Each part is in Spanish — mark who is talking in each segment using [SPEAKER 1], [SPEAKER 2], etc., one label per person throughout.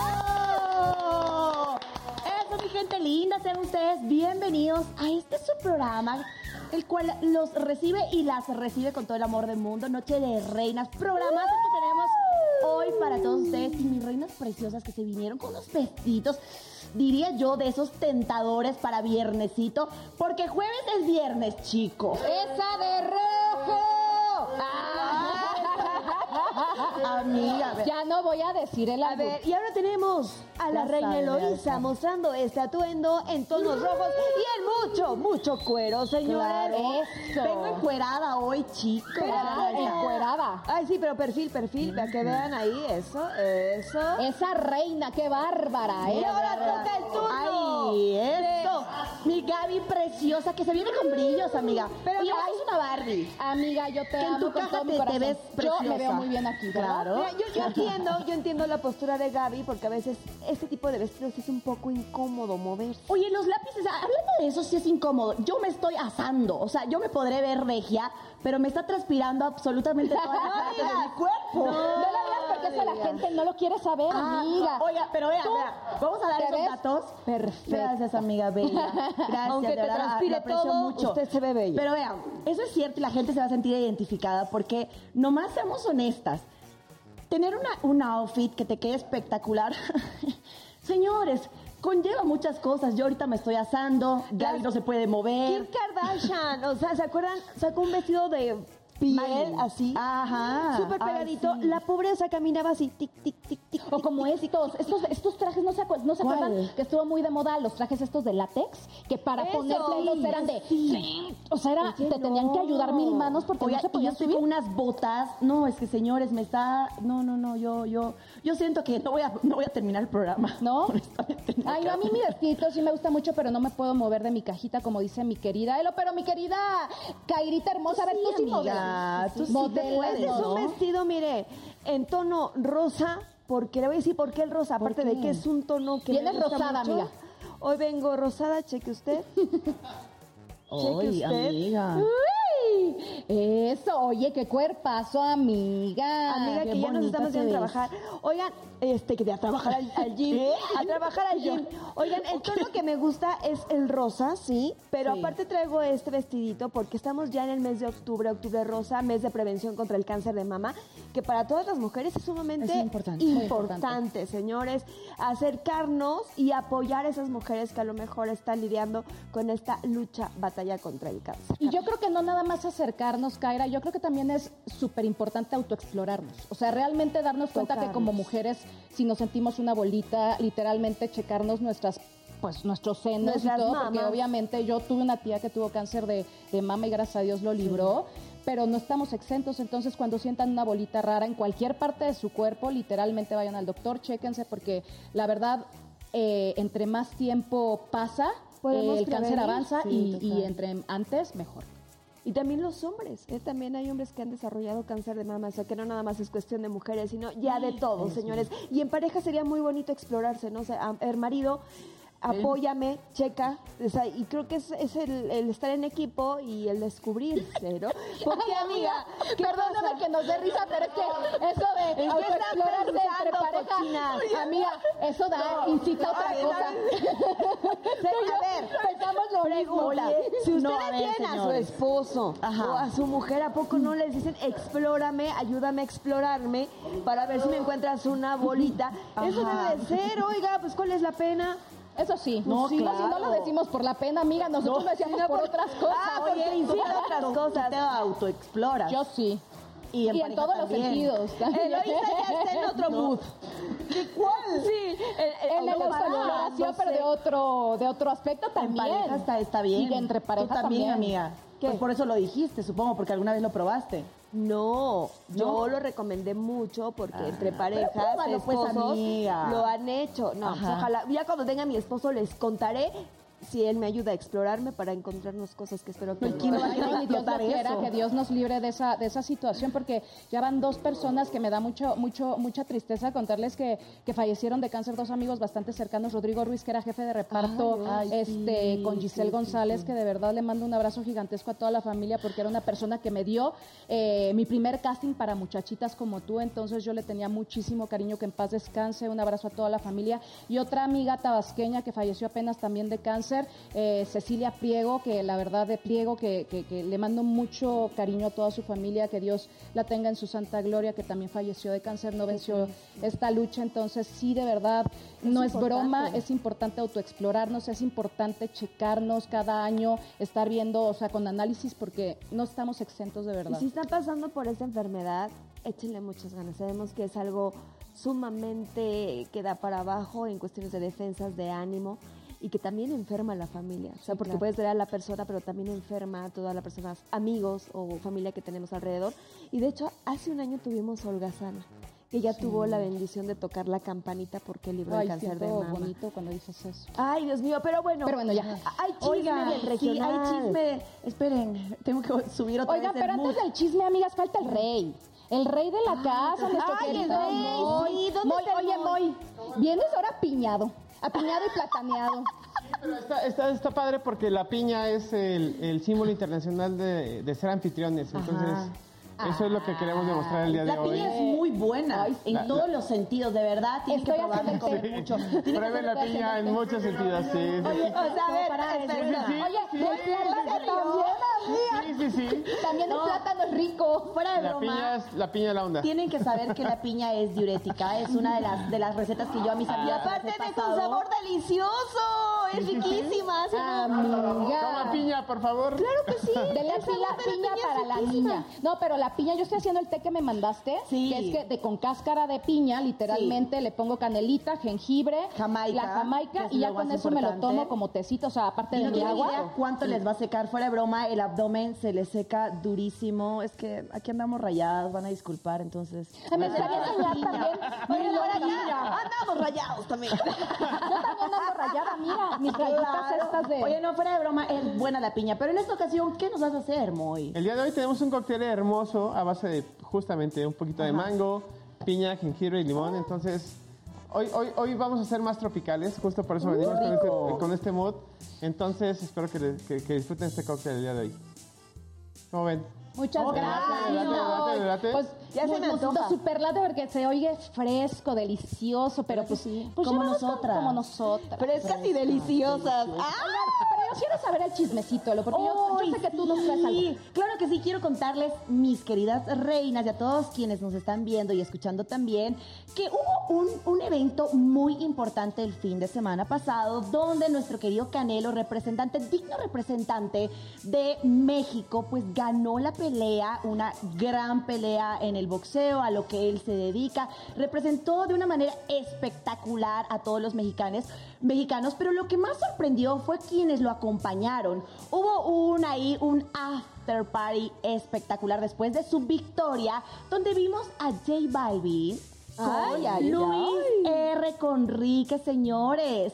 [SPEAKER 1] ¡Oh! lindas! Sean ustedes bienvenidos a este su programa, el cual los recibe y las recibe con todo el amor del mundo. Noche de Reinas, programas que tenemos hoy para todos ustedes y mis reinas preciosas que se vinieron con unos vestidos, diría yo, de esos tentadores para viernesito, porque jueves es viernes, chico.
[SPEAKER 2] ¡Esa de
[SPEAKER 1] ¡Oh!
[SPEAKER 2] rojo! Ah.
[SPEAKER 1] Amiga, Ah, a ver.
[SPEAKER 2] Ya no voy a decir el
[SPEAKER 1] A ver, y ahora tenemos a la,
[SPEAKER 2] La
[SPEAKER 1] reina
[SPEAKER 2] sabrosa.
[SPEAKER 1] Eloísa mostrando este atuendo en tonos rojos y en mucho, mucho cuero, señores.
[SPEAKER 2] Claro, eso.
[SPEAKER 1] Vengo encuerada hoy, chicos.
[SPEAKER 2] Claro, encuerada.
[SPEAKER 1] Ay, sí, pero perfil, perfil, para que vean ahí eso, eso.
[SPEAKER 2] Esa reina, qué bárbara, ¿eh?
[SPEAKER 1] Y ahora toca el turno.
[SPEAKER 2] Ay,
[SPEAKER 1] eso. Mi Gaby preciosa, que se viene con brillos, amiga.
[SPEAKER 2] Pero
[SPEAKER 1] y
[SPEAKER 2] no-
[SPEAKER 1] ahora es una Barbie.
[SPEAKER 2] Amiga, yo te
[SPEAKER 1] Que en
[SPEAKER 2] amo
[SPEAKER 1] tu
[SPEAKER 2] con
[SPEAKER 1] caja
[SPEAKER 2] todo mi
[SPEAKER 1] te, te
[SPEAKER 2] corazón.
[SPEAKER 1] ves preciosa.
[SPEAKER 2] Yo me veo muy bien aquí, ¿verdad?
[SPEAKER 1] Claro.
[SPEAKER 3] Mira, yo, yo entiendo, yo entiendo la postura de Gaby porque a veces este tipo de vestidos es un poco incómodo moverse.
[SPEAKER 1] Oye, los lápices, hablando de eso, sí es incómodo. Yo me estoy asando. O sea, yo me podré ver regia, pero me está transpirando absolutamente toda la parte de mi cuerpo.
[SPEAKER 2] No le hagas porque eso la gente no lo quiere saber,
[SPEAKER 1] Ah,
[SPEAKER 2] amiga.
[SPEAKER 1] Oiga, pero vea,
[SPEAKER 2] Tú
[SPEAKER 1] vea. Vamos a dar
[SPEAKER 2] te
[SPEAKER 1] esos
[SPEAKER 2] ves
[SPEAKER 1] datos.
[SPEAKER 2] perfecta.
[SPEAKER 1] Gracias, amiga bella. Gracias,
[SPEAKER 3] Aunque
[SPEAKER 1] de
[SPEAKER 3] te
[SPEAKER 1] verdad,
[SPEAKER 3] transpire
[SPEAKER 1] lo aprecio
[SPEAKER 3] todo,
[SPEAKER 1] mucho.
[SPEAKER 3] usted se ve bella.
[SPEAKER 1] Pero vea, eso es cierto y la gente se va a sentir identificada porque nomás seamos honestas. Tener una, un outfit que te quede espectacular, señores, conlleva muchas cosas. Yo ahorita me estoy asando, Gaby
[SPEAKER 3] Las-
[SPEAKER 1] no se puede mover.
[SPEAKER 3] Kim Kardashian, o sea, ¿se acuerdan? Sacó un vestido de piel
[SPEAKER 1] Marilyn.
[SPEAKER 3] así.
[SPEAKER 1] Ajá.
[SPEAKER 3] Súper
[SPEAKER 1] Ah,
[SPEAKER 3] pegadito.
[SPEAKER 1] sí.
[SPEAKER 3] La pobreza caminaba así, tic, tic, tic, tic.
[SPEAKER 2] O como estos, estos, estos trajes, ¿no se, acu- no se
[SPEAKER 1] ¿Cuál?
[SPEAKER 2] acuerdan? Que estuvo muy de moda los trajes estos de látex, que para
[SPEAKER 3] Eso,
[SPEAKER 2] ponértelos eran de... O sea, era,
[SPEAKER 3] Oye,
[SPEAKER 2] te tenían
[SPEAKER 3] no.
[SPEAKER 2] que ayudar mil manos porque
[SPEAKER 1] Oiga,
[SPEAKER 2] no se
[SPEAKER 1] y yo
[SPEAKER 2] podían
[SPEAKER 1] estoy
[SPEAKER 2] subir.
[SPEAKER 1] con unas botas. No, es que señores, me está. No, no, no, yo, yo, yo siento que no voy a, no voy a terminar el programa.
[SPEAKER 2] ¿No?
[SPEAKER 1] Honestamente, no
[SPEAKER 2] Ay, no, a mí mi vestidito sí me gusta mucho, pero no me puedo mover de mi cajita, como dice mi querida Elo. Pero mi querida Kairita hermosa, a ver,
[SPEAKER 1] Sí,
[SPEAKER 2] tú sí
[SPEAKER 1] amiga,
[SPEAKER 2] modelas.
[SPEAKER 1] tú sí te
[SPEAKER 2] Modelas,
[SPEAKER 1] puedes,
[SPEAKER 3] Este es
[SPEAKER 2] ¿no?
[SPEAKER 3] un vestido, mire, en tono rosa, porque le voy a decir por qué el rosa, aparte de
[SPEAKER 2] qué?
[SPEAKER 3] que es un tono que.
[SPEAKER 2] Vienes
[SPEAKER 3] me gusta
[SPEAKER 2] rosada,
[SPEAKER 3] mucho.
[SPEAKER 2] amiga.
[SPEAKER 3] Hoy vengo rosada, cheque usted.
[SPEAKER 1] Ay,
[SPEAKER 3] Cheque usted.
[SPEAKER 1] amiga.
[SPEAKER 2] Uy, Eso, oye, qué cuerpazo, amiga.
[SPEAKER 3] Amiga,
[SPEAKER 2] Qué
[SPEAKER 3] que ya nos
[SPEAKER 2] bonita
[SPEAKER 3] estamos
[SPEAKER 2] te
[SPEAKER 3] yendo a
[SPEAKER 2] ves.
[SPEAKER 3] trabajar. Oigan, este, que a trabajar al, al gym.
[SPEAKER 1] ¿Eh?
[SPEAKER 3] A trabajar al gym. Oigan, el tono que me gusta es el rosa, sí. Pero
[SPEAKER 1] Sí.
[SPEAKER 3] aparte traigo este vestidito porque estamos ya en el mes de octubre, octubre rosa, mes de prevención contra el cáncer de mama, que para todas las mujeres es sumamente
[SPEAKER 2] Es importante. Muy
[SPEAKER 3] importante, señores. Acercarnos y apoyar a esas mujeres que a lo mejor están lidiando con esta lucha, batalla contra el cáncer.
[SPEAKER 2] Y yo creo que no nada más acercarnos, Kaira, yo creo que también es súper importante autoexplorarnos. O sea, realmente darnos cuenta que como
[SPEAKER 3] Tocarnos.
[SPEAKER 2] mujeres, si nos sentimos una bolita, literalmente checarnos nuestras pues nuestros senos
[SPEAKER 3] Nuestras
[SPEAKER 2] y todo, porque
[SPEAKER 3] mamas.
[SPEAKER 2] obviamente yo tuve una tía que tuvo cáncer de, de mama y gracias a Dios lo libró, pero no estamos exentos, entonces cuando sientan una bolita rara en cualquier parte de su cuerpo, literalmente vayan al doctor, chéquense, porque la verdad, eh, entre más tiempo pasa,
[SPEAKER 3] Podemos
[SPEAKER 2] el cáncer
[SPEAKER 3] prevenir.
[SPEAKER 2] avanza
[SPEAKER 3] Sí,
[SPEAKER 2] y- y
[SPEAKER 3] total.
[SPEAKER 2] entre antes mejor.
[SPEAKER 3] Y también los hombres, ¿eh? también hay hombres que han desarrollado cáncer de mama, o sea que no nada más es cuestión de mujeres, sino ya de todos, señores. Y en pareja sería muy bonito explorarse, ¿no? O sea, a- el marido, apóyame, checa, o sea, y creo que es, es el, el estar en equipo y el descubrirse, ¿no? Porque,
[SPEAKER 2] Ay,
[SPEAKER 3] amiga, ¿qué
[SPEAKER 2] perdóname
[SPEAKER 3] pasa?
[SPEAKER 2] que nos dé risa, pero es que eso de
[SPEAKER 3] ¿En qué estás
[SPEAKER 2] autoexplorarse entre
[SPEAKER 3] pensando,
[SPEAKER 2] pareja,
[SPEAKER 3] cochina?
[SPEAKER 2] amiga, eso da, incita a otra
[SPEAKER 3] Ay, no,
[SPEAKER 2] cosa.
[SPEAKER 3] a ver,
[SPEAKER 2] pensamos lo mismo.
[SPEAKER 3] Pregunta, si ustedes
[SPEAKER 1] No, a ver,
[SPEAKER 3] tienen a su
[SPEAKER 1] señores.
[SPEAKER 3] esposo
[SPEAKER 1] Ajá.
[SPEAKER 3] o a su mujer, ¿a poco no les dicen explórame, ayúdame a explorarme para ver si me encuentras una bolita? Eso
[SPEAKER 1] Ajá.
[SPEAKER 3] debe de ser, oiga, pues ¿cuál es la pena?
[SPEAKER 2] Eso sí,
[SPEAKER 1] No,
[SPEAKER 2] no, sí,
[SPEAKER 1] claro.
[SPEAKER 2] si no lo decimos por la pena, amiga, nosotros lo decíamos por
[SPEAKER 1] pues,
[SPEAKER 2] otras cosas.
[SPEAKER 3] Ah,
[SPEAKER 2] Oye,
[SPEAKER 3] porque incita a otras cosas.
[SPEAKER 1] Te autoexploras.
[SPEAKER 2] yo sí.
[SPEAKER 1] y
[SPEAKER 2] Y en
[SPEAKER 1] pareja
[SPEAKER 2] todos
[SPEAKER 1] también.
[SPEAKER 2] los sentidos. también.
[SPEAKER 3] Eloísa ya está en otro
[SPEAKER 1] No.
[SPEAKER 3] mood. ¿Cuál? Sí,
[SPEAKER 2] En la autoexploración, pero de otro, de otro aspecto
[SPEAKER 1] En
[SPEAKER 2] también.
[SPEAKER 1] pareja está, está bien.
[SPEAKER 2] Y de entre pareja
[SPEAKER 1] Tú también,
[SPEAKER 2] también.
[SPEAKER 1] amiga.
[SPEAKER 3] ¿Qué?
[SPEAKER 1] Pues por eso lo dijiste, supongo, porque alguna vez lo probaste.
[SPEAKER 3] No, Ah.
[SPEAKER 1] ¿No?
[SPEAKER 3] yo lo recomendé mucho porque entre parejas,
[SPEAKER 1] pero pruébalo, pues,
[SPEAKER 3] esposos,
[SPEAKER 1] amiga.
[SPEAKER 3] lo han hecho. No, pues,
[SPEAKER 1] Ajá.
[SPEAKER 3] ojalá, ya cuando tenga a mi esposo les contaré
[SPEAKER 4] si él me ayuda a explorarme para encontrarnos cosas que espero que
[SPEAKER 2] Ay,
[SPEAKER 4] no vayan a
[SPEAKER 2] Dios no
[SPEAKER 4] explotar
[SPEAKER 2] quiera
[SPEAKER 4] eso.
[SPEAKER 2] que Dios nos libre de esa, de esa situación, porque ya van dos personas que me da mucho, mucho, mucha tristeza contarles que, que fallecieron de cáncer dos amigos bastante cercanos, Rodrigo Ruiz, que era jefe de reparto,
[SPEAKER 1] Ay, Dios.
[SPEAKER 2] este,
[SPEAKER 1] Sí,
[SPEAKER 2] con Giselle
[SPEAKER 1] sí,
[SPEAKER 2] González, que de verdad le mando un abrazo gigantesco a toda la familia, porque era una persona que me dio eh, mi primer casting para muchachitas como tú, entonces yo le tenía muchísimo cariño, que en paz descanse, un abrazo a toda la familia, y otra amiga tabasqueña que falleció apenas también de cáncer, eh, Cecilia Pliego, que la verdad de Pliego, que, que- que le mando mucho cariño a toda su familia, que Dios la tenga en su santa gloria, que también falleció de cáncer, no venció esta lucha, entonces sí, de verdad, no es
[SPEAKER 4] importante.
[SPEAKER 2] broma, es importante autoexplorarnos, es importante checarnos cada año, estar viendo, o sea, con análisis, porque no estamos exentos de
[SPEAKER 4] Y
[SPEAKER 2] verdad.
[SPEAKER 4] si están pasando por esta enfermedad, échenle muchas ganas. Sabemos que es algo sumamente que da para abajo en cuestiones de defensas, de ánimo y que también enferma a la familia. O sea, porque
[SPEAKER 2] claro.
[SPEAKER 4] puedes ver a la persona, pero también enferma a todas las personas, amigos o familia que tenemos alrededor. Y de hecho, hace un año tuvimos a Olga Sana, que ya tuvo la bendición de tocar la campanita porque libró
[SPEAKER 2] Ay,
[SPEAKER 4] el cáncer de
[SPEAKER 2] siento
[SPEAKER 4] mama.
[SPEAKER 2] bonito cuando dices eso.
[SPEAKER 4] Ay, Dios mío, pero bueno.
[SPEAKER 2] Pero bueno, ya.
[SPEAKER 4] Hay chisme
[SPEAKER 1] Oiga,
[SPEAKER 4] del
[SPEAKER 1] sí, hay
[SPEAKER 4] regional.
[SPEAKER 1] chisme. Esperen, tengo que subir otra
[SPEAKER 2] Oigan,
[SPEAKER 1] vez el
[SPEAKER 2] pero
[SPEAKER 1] mood.
[SPEAKER 2] antes del chisme, amigas, falta el rey. El rey de la casa, nuestro
[SPEAKER 1] Ah, ay, el
[SPEAKER 2] querido
[SPEAKER 1] rey,
[SPEAKER 2] Moy.
[SPEAKER 1] sí, ¿dónde
[SPEAKER 2] Moy,
[SPEAKER 1] está el
[SPEAKER 2] oye, Moy,
[SPEAKER 1] Moy?
[SPEAKER 2] vienes ahora apiñado. Apiñado y plataneado.
[SPEAKER 5] Pero está, está, está padre porque la piña es el, el símbolo internacional de, de ser anfitriones. Entonces, eso es lo que queremos demostrar Ah, el día de
[SPEAKER 1] La
[SPEAKER 5] hoy.
[SPEAKER 1] piña es muy buena en
[SPEAKER 5] La-
[SPEAKER 1] todos los sentidos, de verdad. Tienes que
[SPEAKER 2] Estoy
[SPEAKER 1] probarla y
[SPEAKER 2] ascendente.
[SPEAKER 1] comer mucho. Tienes que
[SPEAKER 5] Prueben la
[SPEAKER 1] hacer-
[SPEAKER 5] piña en muchos sentidos, sí.
[SPEAKER 1] Oye, o
[SPEAKER 5] sí,
[SPEAKER 1] sea, a ver, espera.
[SPEAKER 5] sí,
[SPEAKER 2] Oye,
[SPEAKER 5] sí,
[SPEAKER 2] los
[SPEAKER 5] sí,
[SPEAKER 2] plátanos
[SPEAKER 5] sí,
[SPEAKER 2] también, amiga.
[SPEAKER 5] sí, sí, sí.
[SPEAKER 2] También el
[SPEAKER 1] No.
[SPEAKER 2] plátano es rico.
[SPEAKER 1] Fuera de
[SPEAKER 5] La piña
[SPEAKER 1] broma,
[SPEAKER 5] es la piña es la onda.
[SPEAKER 1] tienen que saber que la piña es diurética. Es una de las, de las recetas que yo a mis
[SPEAKER 5] Ah.
[SPEAKER 4] Y
[SPEAKER 1] amigas
[SPEAKER 4] aparte
[SPEAKER 1] les he
[SPEAKER 4] de un
[SPEAKER 1] pasado.
[SPEAKER 4] sabor delicioso, es riquísima. hace una-
[SPEAKER 5] Toma
[SPEAKER 2] Amiga.
[SPEAKER 5] piña, por favor.
[SPEAKER 4] Claro que sí.
[SPEAKER 2] Denle
[SPEAKER 4] el sabor
[SPEAKER 2] pila-
[SPEAKER 4] de la
[SPEAKER 2] piña
[SPEAKER 4] piña es
[SPEAKER 2] para la
[SPEAKER 4] riquísima.
[SPEAKER 2] niña. No, pero la piña, yo estoy haciendo el té que me mandaste.
[SPEAKER 1] Sí.
[SPEAKER 2] Que es que de, con cáscara de piña, literalmente, le pongo canelita, jengibre,
[SPEAKER 1] Jamaica,
[SPEAKER 2] la jamaica,
[SPEAKER 1] que es
[SPEAKER 2] y ya
[SPEAKER 1] lo
[SPEAKER 2] con
[SPEAKER 1] más
[SPEAKER 2] eso me lo
[SPEAKER 1] importante.
[SPEAKER 2] tomo como tecito, o sea, aparte
[SPEAKER 1] Y
[SPEAKER 2] de
[SPEAKER 1] no
[SPEAKER 2] mi
[SPEAKER 1] tienen
[SPEAKER 2] agua.
[SPEAKER 1] idea cuánto les va a secar. Fuera de broma, el abdomen se les seca durísimo. Es que aquí andamos rayadas, van a disculpar, entonces.
[SPEAKER 2] Ay, me gustaría enseñar
[SPEAKER 1] Piña.
[SPEAKER 2] también.
[SPEAKER 1] Oye,
[SPEAKER 2] mi
[SPEAKER 1] Laura,
[SPEAKER 2] piña.
[SPEAKER 1] Andamos rayados también.
[SPEAKER 2] Yo también ando rayada, mira, mis rayitas
[SPEAKER 1] Claro.
[SPEAKER 2] estas de...
[SPEAKER 1] Oye, no, fuera de broma, es buena la piña. Pero en esta ocasión, ¿qué nos vas a hacer, Moy?
[SPEAKER 5] El día de hoy tenemos un cóctel hermoso a base de justamente un poquito de mango, piña, jengibre y limón. Entonces, hoy, hoy, hoy vamos a ser más tropicales, justo por eso venimos con este, con este mood. Entonces, espero que, le- que- que disfruten este cóctel el día de hoy. ¿Cómo ven?
[SPEAKER 2] Muchas
[SPEAKER 5] Ok.
[SPEAKER 2] gracias.
[SPEAKER 5] Delate, delate,
[SPEAKER 2] Ay,
[SPEAKER 5] delate.
[SPEAKER 2] Pues
[SPEAKER 4] Ya
[SPEAKER 2] ya
[SPEAKER 4] se
[SPEAKER 2] se
[SPEAKER 4] me antoja.
[SPEAKER 2] porque se oye fresco, delicioso, pero pues, pues ya
[SPEAKER 1] Como
[SPEAKER 2] vamos con-
[SPEAKER 1] nosotras.
[SPEAKER 2] Como nosotras.
[SPEAKER 4] Frescas y deliciosas. ¡Ah!
[SPEAKER 2] Oigan, pero yo quiero saber el chismecito, lo porque yo, yo
[SPEAKER 1] ¡Ay,
[SPEAKER 2] sé que tú nos traes algo.
[SPEAKER 1] sí! Claro que sí, quiero contarles, mis queridas reinas y a todos quienes nos están viendo y escuchando también, que hubo un, un evento muy importante el fin de semana pasado, donde nuestro querido Canelo, representante, digno representante de México, pues ganó la pelea, una gran pelea en el boxeo, a lo que él se dedica. Representó de una manera espectacular a todos los mexicanos, mexicanos pero lo que más sorprendió fue quienes lo acompañaron. Hubo un ahí, un after party espectacular después de su victoria, donde vimos a J Balvin con
[SPEAKER 4] Ay, ay,
[SPEAKER 1] Luis R. Conrique, señores.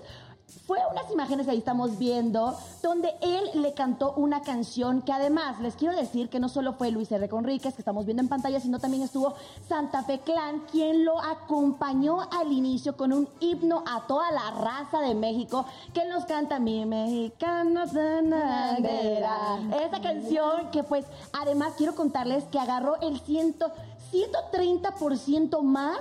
[SPEAKER 1] Fue unas imágenes, ahí estamos viendo, donde él le cantó una canción que además les quiero decir que no solo fue Luis R. Conríquez, que estamos viendo en pantalla, sino también estuvo Santa Fe Clan, quien lo acompañó al inicio con un himno a toda la raza de México, que nos canta Mi Mexicano San bandera. Esa canción que pues además quiero contarles que agarró el ciento, 130% más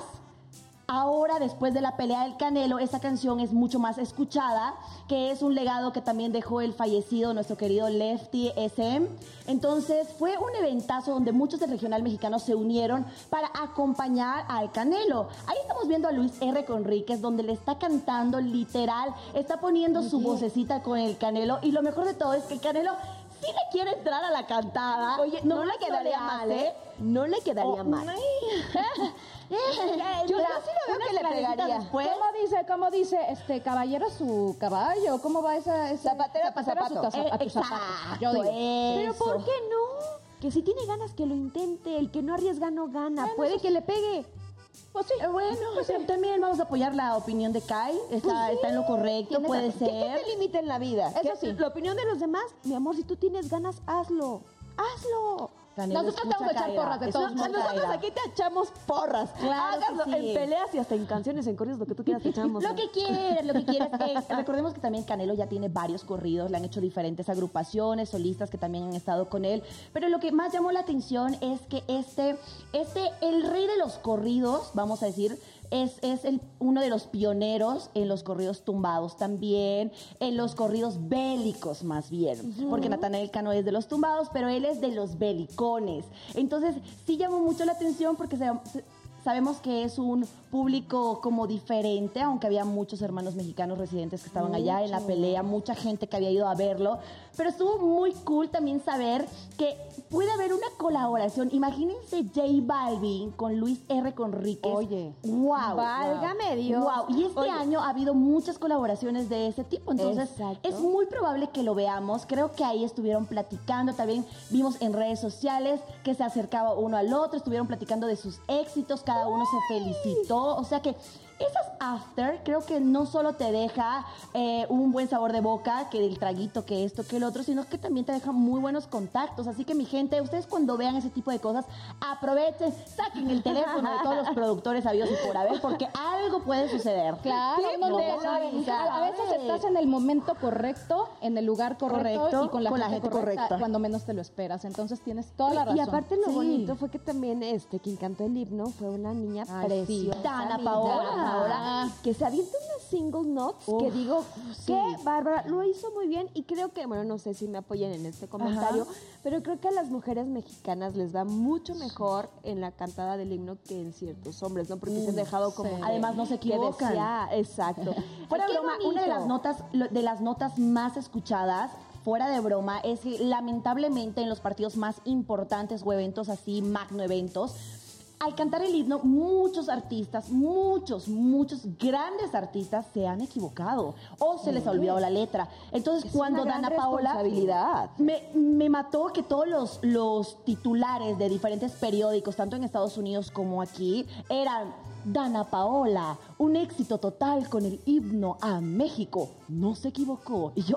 [SPEAKER 1] Ahora, después de la pelea del Canelo, esta canción es mucho más escuchada, que es un legado que también dejó el fallecido nuestro querido Lefty SM. Entonces, fue un eventazo donde muchos del regional mexicano se unieron para acompañar al Canelo. Ahí estamos viendo a Luis R. Conríquez, donde le está cantando literal, está poniendo su vocecita con el Canelo, y lo mejor de todo es que el Canelo sí le quiere entrar a la cantada.
[SPEAKER 4] Oye, no, le
[SPEAKER 1] más
[SPEAKER 4] quedaría
[SPEAKER 1] hace.
[SPEAKER 4] mal, ¿eh? No le quedaría
[SPEAKER 1] Oh,
[SPEAKER 4] mal.
[SPEAKER 1] ay.
[SPEAKER 4] Yo, yo sí lo veo
[SPEAKER 1] Unas
[SPEAKER 4] que le
[SPEAKER 1] cadenitas
[SPEAKER 4] pegaría.
[SPEAKER 1] después.
[SPEAKER 2] ¿Cómo dice, cómo dice, este, caballero su caballo? ¿Cómo va esa... esa
[SPEAKER 4] Zapatero a tu
[SPEAKER 2] su
[SPEAKER 4] zapato.
[SPEAKER 2] taza- a tu Eh,
[SPEAKER 1] Exacto,
[SPEAKER 2] zapato? Yo digo.
[SPEAKER 4] Pero
[SPEAKER 1] eso.
[SPEAKER 4] ¿por qué no? Que si tiene ganas que lo intente, el que no arriesga no gana.
[SPEAKER 2] Bueno,
[SPEAKER 4] Puede
[SPEAKER 2] eso
[SPEAKER 4] que le pegue.
[SPEAKER 2] Pues sí.
[SPEAKER 1] Eh, Bueno, o sea, también vamos a apoyar la opinión de Kai.
[SPEAKER 4] Pues
[SPEAKER 1] Está, está en lo correcto,
[SPEAKER 4] Tienes
[SPEAKER 1] puede
[SPEAKER 4] razón. Que
[SPEAKER 1] ser.
[SPEAKER 4] ¿Qué te limita en la vida?
[SPEAKER 2] Eso
[SPEAKER 4] Que
[SPEAKER 2] sí.
[SPEAKER 4] La opinión de los demás, mi amor, si tú tienes ganas, hazlo. ¡Hazlo!
[SPEAKER 1] Daniel,
[SPEAKER 2] Nosotros te
[SPEAKER 1] escucha,
[SPEAKER 2] vamos a echar
[SPEAKER 1] Kaira.
[SPEAKER 2] porras de
[SPEAKER 1] Eso-
[SPEAKER 2] todos modos.
[SPEAKER 4] Nosotros
[SPEAKER 2] Kaira.
[SPEAKER 4] aquí te echamos porras.
[SPEAKER 1] Claro que
[SPEAKER 4] Háganlo
[SPEAKER 1] sí.
[SPEAKER 4] en peleas y hasta en canciones, en corridos, lo que tú quieras te echamos.
[SPEAKER 1] Lo que quieras, lo que quieras. Eh, recordemos que también Canelo ya tiene varios corridos, le han hecho diferentes agrupaciones, solistas que también han estado con él. Pero lo que más llamó la atención es que este, este, el rey de los corridos, vamos a decir, es, es el, uno de los pioneros en los corridos tumbados también, en los corridos bélicos más bien, porque Natanael Cano es de los tumbados, pero él es de los belicones. Entonces sí llamó mucho la atención porque se, se- Sabemos que es un público como diferente, aunque había muchos hermanos mexicanos residentes que estaban allá en la pelea, mucha gente que había ido a verlo, pero estuvo muy cool también saber que puede haber una colaboración. Imagínense J Balvin con Luis R. Conríquez.
[SPEAKER 2] Oye.
[SPEAKER 1] wow.
[SPEAKER 3] Válgame
[SPEAKER 1] Wow.
[SPEAKER 3] Dios.
[SPEAKER 1] Wow. Y este
[SPEAKER 3] Oye.
[SPEAKER 1] año ha habido muchas colaboraciones de ese tipo, entonces
[SPEAKER 3] Exacto.
[SPEAKER 1] es muy probable que lo veamos. Creo que ahí estuvieron platicando. También vimos en redes sociales que se acercaba uno al otro, estuvieron platicando de sus éxitos, cada uno se felicitó. O sea que esas after creo que no solo te deja eh, un buen sabor de boca, que del traguito, que esto, que el otro, sino que también te deja muy buenos contactos. Así que mi gente, ustedes cuando vean ese tipo de cosas, aprovechen, saquen el teléfono de todos los productores sabios y por haber, porque algo puede suceder.
[SPEAKER 2] Claro,
[SPEAKER 1] Sí,
[SPEAKER 2] no, no,
[SPEAKER 1] de
[SPEAKER 2] no,
[SPEAKER 1] la
[SPEAKER 2] no,
[SPEAKER 1] vida.
[SPEAKER 2] a a veces estás en el momento correcto, en el lugar correcto,
[SPEAKER 1] Correcto,
[SPEAKER 2] y con la
[SPEAKER 1] con la
[SPEAKER 2] gente,
[SPEAKER 1] gente
[SPEAKER 2] correcta,
[SPEAKER 1] correcta.
[SPEAKER 2] cuando menos te lo esperas. Entonces tienes toda la razón.
[SPEAKER 3] Y aparte lo
[SPEAKER 2] Sí.
[SPEAKER 3] bonito fue que también este quien cantó el himno fue una niña
[SPEAKER 2] Ay, sí.
[SPEAKER 3] preciosa.
[SPEAKER 1] Dana
[SPEAKER 3] mi
[SPEAKER 1] Paola.
[SPEAKER 3] Dana Paola, que se avienta unas single notes que digo, qué bárbara, lo hizo muy bien y creo que, bueno, no sé si me apoyen en este comentario, pero creo que a las mujeres mexicanas les va mucho mejor en la cantada del himno que en ciertos hombres, ¿no? Porque se han dejado como...
[SPEAKER 2] sí.
[SPEAKER 3] de-
[SPEAKER 1] Además, no se
[SPEAKER 3] que decía,
[SPEAKER 1] equivocan.
[SPEAKER 3] exacto.
[SPEAKER 1] Fuera de
[SPEAKER 3] Qué
[SPEAKER 1] broma, una de
[SPEAKER 3] bonito.
[SPEAKER 1] las notas lo- de las notas más escuchadas fuera de broma es que lamentablemente en los partidos más importantes o eventos así, magno eventos, al cantar el himno, muchos artistas, muchos, muchos grandes artistas se han equivocado o se les ha olvidado la letra. Entonces, cuando
[SPEAKER 3] una gran
[SPEAKER 1] Dana Paola
[SPEAKER 3] responsabilidad.
[SPEAKER 1] me, me mató que todos los, los titulares de diferentes periódicos, tanto en Estados Unidos como aquí, eran Dana Paola, un éxito total con el himno a México. No se equivocó. Y yo,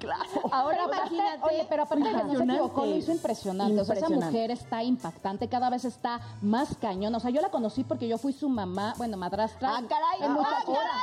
[SPEAKER 1] claro.
[SPEAKER 2] Ahora
[SPEAKER 3] imagínate.
[SPEAKER 2] Oye, pero aparte de que no se
[SPEAKER 1] Impresionante.
[SPEAKER 2] equivocó, lo hizo impresionante. O sea, esa
[SPEAKER 1] Impresionante.
[SPEAKER 2] mujer está impactante, cada vez está más cañona. O sea, yo la conocí porque yo fui su mamá, bueno, madrastra.
[SPEAKER 3] Ah, caray.
[SPEAKER 2] En muchas
[SPEAKER 3] Ah, caray,
[SPEAKER 2] horas.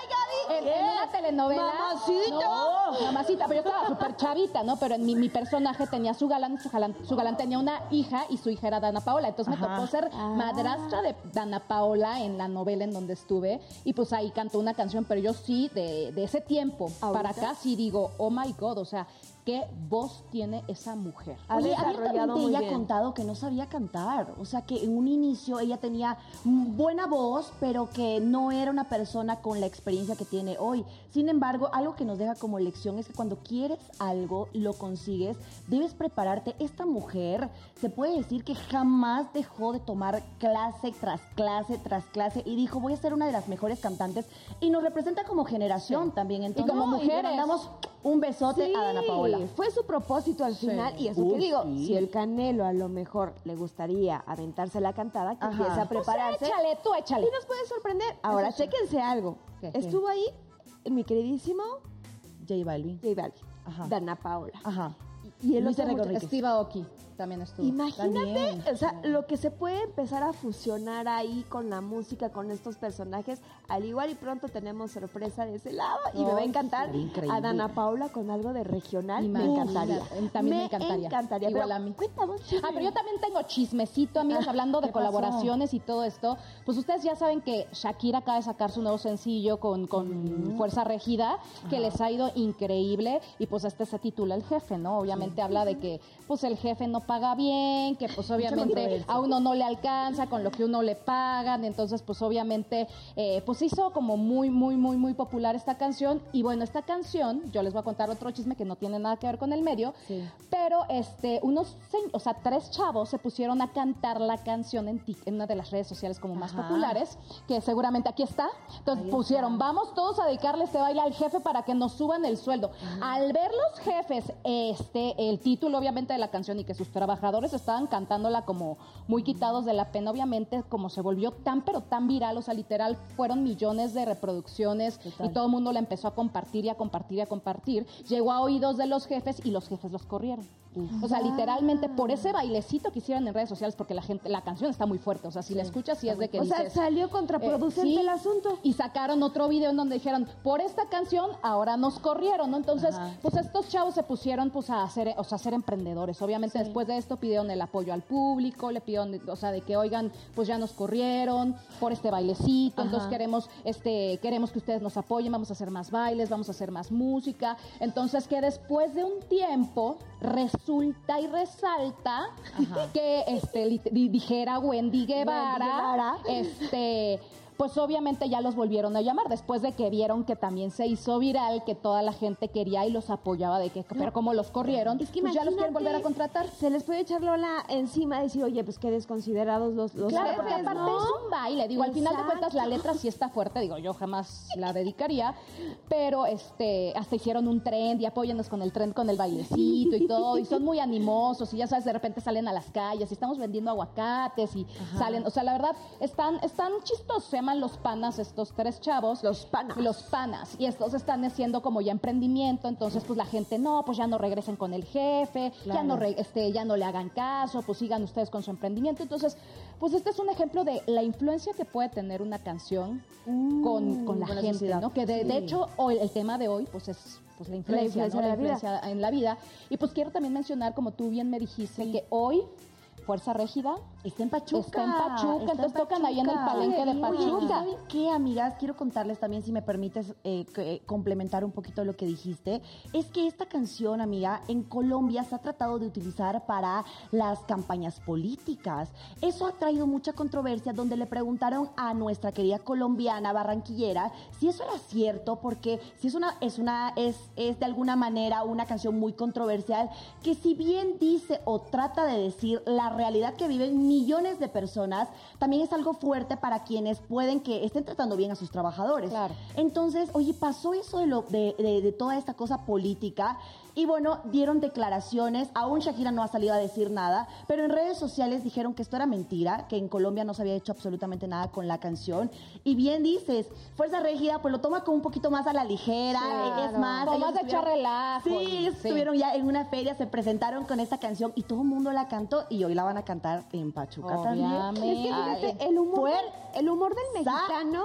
[SPEAKER 3] Gaby.
[SPEAKER 2] En, en una telenovela.
[SPEAKER 3] Mamacita.
[SPEAKER 2] No, mamacita, pero yo estaba súper chavita, ¿no? Pero en mi, mi personaje tenía su galán, su galán, su galán tenía una hija y su hija era Dana Paola. Entonces me
[SPEAKER 1] Ajá.
[SPEAKER 2] tocó ser
[SPEAKER 3] Ah.
[SPEAKER 2] madrastra de Dana Paola en la novela en donde estuve. Y pues ahí cantó una canción, pero yo sí, de, de ese tiempo para
[SPEAKER 3] Ahorita.
[SPEAKER 2] acá, sí digo, oh my God, o sea, ¿qué voz tiene esa mujer?
[SPEAKER 3] Ha
[SPEAKER 1] Oye,
[SPEAKER 3] desarrollado
[SPEAKER 1] abiertamente
[SPEAKER 3] muy
[SPEAKER 1] ella ha
[SPEAKER 3] bien.
[SPEAKER 1] contado que no sabía cantar. O sea, que en un inicio ella tenía mm, buena voz, pero que no era una persona con la experiencia que tiene hoy. Sin embargo, algo que nos deja como lección es que cuando quieres algo, lo consigues, debes prepararte. Esta mujer se puede decir que jamás dejó de tomar clase tras clase tras clase y dijo, voy a ser una de las mejores cantantes. Y nos representa como generación también. Entonces,
[SPEAKER 2] como
[SPEAKER 1] no, y le
[SPEAKER 2] mujeres.
[SPEAKER 1] mandamos un besote
[SPEAKER 3] Sí,
[SPEAKER 1] a Dana Paola.
[SPEAKER 3] Fue su propósito al final. Y eso que
[SPEAKER 5] Uh,
[SPEAKER 3] digo,
[SPEAKER 5] sí.
[SPEAKER 3] si el Canelo a lo mejor le gustaría aventarse la cantada, que
[SPEAKER 1] Ajá. Pues,
[SPEAKER 3] empiece a
[SPEAKER 1] O sea,
[SPEAKER 3] prepararse.
[SPEAKER 2] Pues échale, tú échale.
[SPEAKER 3] Y nos puede sorprender. Ahora, chéquense algo.
[SPEAKER 2] ¿Qué?
[SPEAKER 3] Estuvo ahí mi queridísimo
[SPEAKER 1] J Balvin.
[SPEAKER 3] J Balvin,
[SPEAKER 1] Ajá.
[SPEAKER 3] Dana Paola.
[SPEAKER 2] Ah,
[SPEAKER 1] Ajá.
[SPEAKER 3] Y el
[SPEAKER 1] Luis
[SPEAKER 3] otro
[SPEAKER 1] R.
[SPEAKER 3] muchacho-
[SPEAKER 1] Conríquez.
[SPEAKER 2] Steve Aoki también estuvo.
[SPEAKER 3] Imagínate,
[SPEAKER 1] También.
[SPEAKER 3] o sea, lo que se puede empezar a fusionar ahí con la música, con estos personajes, al igual y pronto tenemos sorpresa de ese lado y me va a
[SPEAKER 2] Ay,
[SPEAKER 3] encantar
[SPEAKER 1] sería increíble.
[SPEAKER 3] a Dana Paula con algo de regional, me
[SPEAKER 2] Imagínate, eh,
[SPEAKER 3] encantaría.
[SPEAKER 2] también me encantaría. Igual
[SPEAKER 3] pero
[SPEAKER 2] a mí.
[SPEAKER 3] cuéntanos,
[SPEAKER 2] Ah, pero yo también tengo chismecito, amigos, hablando de
[SPEAKER 1] Ah, ¿qué pasó?
[SPEAKER 2] colaboraciones y todo esto. Pues ustedes ya saben que Shakira acaba de sacar su nuevo sencillo con, con
[SPEAKER 1] Mm.
[SPEAKER 2] Fuerza Regida, que les ha ido increíble. Y pues este se titula El Jefe, ¿no? Obviamente habla de que pues el jefe no paga bien, que pues obviamente
[SPEAKER 1] controversia.
[SPEAKER 2] a uno no le alcanza con lo que uno le pagan. Entonces, pues obviamente, eh, pues hizo como muy, muy, muy, muy popular esta canción. Y bueno, esta canción, yo les voy a contar otro chisme que no tiene nada que ver con el medio, pero este, unos, se- o sea, tres chavos se pusieron a cantar la canción en, Tik- en una de las redes sociales como más
[SPEAKER 1] Ajá.
[SPEAKER 2] populares, que seguramente aquí está. Entonces pusieron, vamos todos a dedicarle este baile al jefe para que nos suban el sueldo. Al ver los jefes, este, el título obviamente de la canción y que sus tres trabajadores estaban cantándola como muy quitados de la pena, obviamente, como se volvió tan, pero tan viral, o sea, literal, fueron millones de reproducciones y todo el mundo la empezó a compartir y a compartir y a compartir. Llegó a oídos de los jefes y los jefes los corrieron. O sea, literalmente por ese bailecito que hicieron en redes sociales, porque la gente, la canción está muy fuerte, o sea, si la escuchas, sí es de que
[SPEAKER 3] O sea,
[SPEAKER 2] dices,
[SPEAKER 3] salió contraproducente
[SPEAKER 2] eh, sí.
[SPEAKER 3] el asunto.
[SPEAKER 2] y sacaron otro video en donde dijeron, por esta canción ahora nos corrieron, ¿no? Entonces, pues estos chavos se pusieron pues a hacer, o sea, a ser emprendedores. Obviamente después de esto pidieron el apoyo al público, le pidieron, o sea, de que oigan, pues ya nos corrieron por este bailecito, entonces queremos, este, queremos que ustedes nos apoyen, vamos a hacer más bailes, vamos a hacer más música. Entonces que después de un tiempo resulta y resalta que este lit- di- dijera Wendy Guevara,
[SPEAKER 3] Guevara.
[SPEAKER 2] este pues obviamente ya los volvieron a llamar después de que vieron que también se hizo viral, que toda la gente quería y los apoyaba de que, pero como los corrieron,
[SPEAKER 3] Es que
[SPEAKER 2] pues ya los quieren
[SPEAKER 3] imagínate,
[SPEAKER 2] volver a contratar.
[SPEAKER 3] Se les puede echar la ola encima y decir, oye, pues qué desconsiderados los, los
[SPEAKER 2] Claro,
[SPEAKER 3] jefes,
[SPEAKER 2] porque aparte
[SPEAKER 3] ¿no?
[SPEAKER 2] es un baile. Digo, al final de cuentas la
[SPEAKER 3] Exacto.
[SPEAKER 2] letra sí está fuerte. Digo, yo jamás la dedicaría, pero este, hasta hicieron un trend y apóyanos con el trend, con el bailecito y todo. Y son muy animosos y ya sabes, de repente salen a las calles y estamos vendiendo aguacates y salen. O sea, la verdad, están, están chistosos. Se llaman los panas estos tres chavos.
[SPEAKER 3] Los panas.
[SPEAKER 2] Los panas. Y estos están haciendo como ya emprendimiento. Entonces, pues la gente, no, pues ya no regresen con el jefe, ya, no re- este, ya no le hagan caso, pues sigan ustedes con su emprendimiento. Entonces, pues este es un ejemplo de la influencia que puede tener una canción con, con la
[SPEAKER 3] con la
[SPEAKER 2] gente,
[SPEAKER 3] sociedad.
[SPEAKER 2] ¿no? Que de, de
[SPEAKER 3] Sí.
[SPEAKER 2] hecho hoy, el tema de hoy, pues es pues la influencia,
[SPEAKER 3] influencia
[SPEAKER 2] ¿no?
[SPEAKER 3] en la vida.
[SPEAKER 2] influencia en la vida. Y pues quiero también mencionar, como tú bien me dijiste, que hoy Fuerza Régida
[SPEAKER 1] Está en Pachuca.
[SPEAKER 2] está en Pachuca,
[SPEAKER 1] está en
[SPEAKER 2] entonces tocan ahí en el
[SPEAKER 1] Pachuca.
[SPEAKER 2] palenque de
[SPEAKER 1] Oye, ¿y
[SPEAKER 2] Pachuca.
[SPEAKER 1] saben qué, amigas? Quiero contarles también, si me permites eh, que- eh, complementar un poquito lo que dijiste. Es que esta canción, amiga, en Colombia se ha tratado de utilizar para las campañas políticas. Eso ha traído mucha controversia, donde le preguntaron a nuestra querida colombiana barranquillera si eso era cierto, porque si es una, es una, es, es de alguna manera una canción muy controversial, que si bien dice o trata de decir la realidad que viven millones de personas, también es algo fuerte para quienes pueden que estén tratando bien a sus trabajadores.
[SPEAKER 2] Claro.
[SPEAKER 1] Entonces, oye, pasó eso de, lo, de, de- de toda esta cosa política y bueno, dieron declaraciones, aún Shakira no ha salido a decir nada, pero en redes sociales dijeron que esto era mentira, que en Colombia no se había hecho absolutamente nada con la canción. Y bien dices, Fuerza Régida, pues lo toma como un poquito más a la ligera, es Ah, más...
[SPEAKER 2] Como
[SPEAKER 1] ellos
[SPEAKER 2] más de echar
[SPEAKER 1] estuvieron-
[SPEAKER 2] relajo
[SPEAKER 1] Sí,
[SPEAKER 2] y-
[SPEAKER 1] ellos
[SPEAKER 2] sí.
[SPEAKER 1] estuvieron ya en una feria, se presentaron con esta canción y todo el mundo la cantó y hoy la van a cantar en Pachuca también.
[SPEAKER 2] Obviamente.
[SPEAKER 3] Es que fíjate,
[SPEAKER 1] Ay.
[SPEAKER 3] el humor,
[SPEAKER 1] Fuer-
[SPEAKER 3] el humor del
[SPEAKER 1] Sa-
[SPEAKER 3] mexicano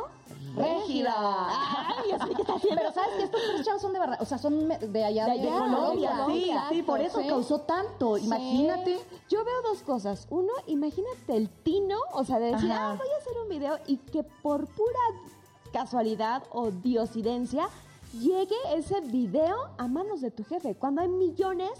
[SPEAKER 1] Régida. Ay, yo sé que está haciendo.
[SPEAKER 2] Pero sabes que estos tres chavos son de Barra- o sea, son me- de allá
[SPEAKER 1] de, de
[SPEAKER 2] ¿no?
[SPEAKER 1] Colombia,
[SPEAKER 2] De
[SPEAKER 1] sí,
[SPEAKER 2] Colombia,
[SPEAKER 1] sí, por eso
[SPEAKER 2] sí.
[SPEAKER 1] causó tanto, imagínate.
[SPEAKER 3] Yo veo dos cosas. Uno, imagínate el tino, o sea, de decir,
[SPEAKER 1] Ajá.
[SPEAKER 3] ah, voy a hacer un video y que por pura casualidad o diosidencia llegue ese video a manos de tu jefe, cuando hay millones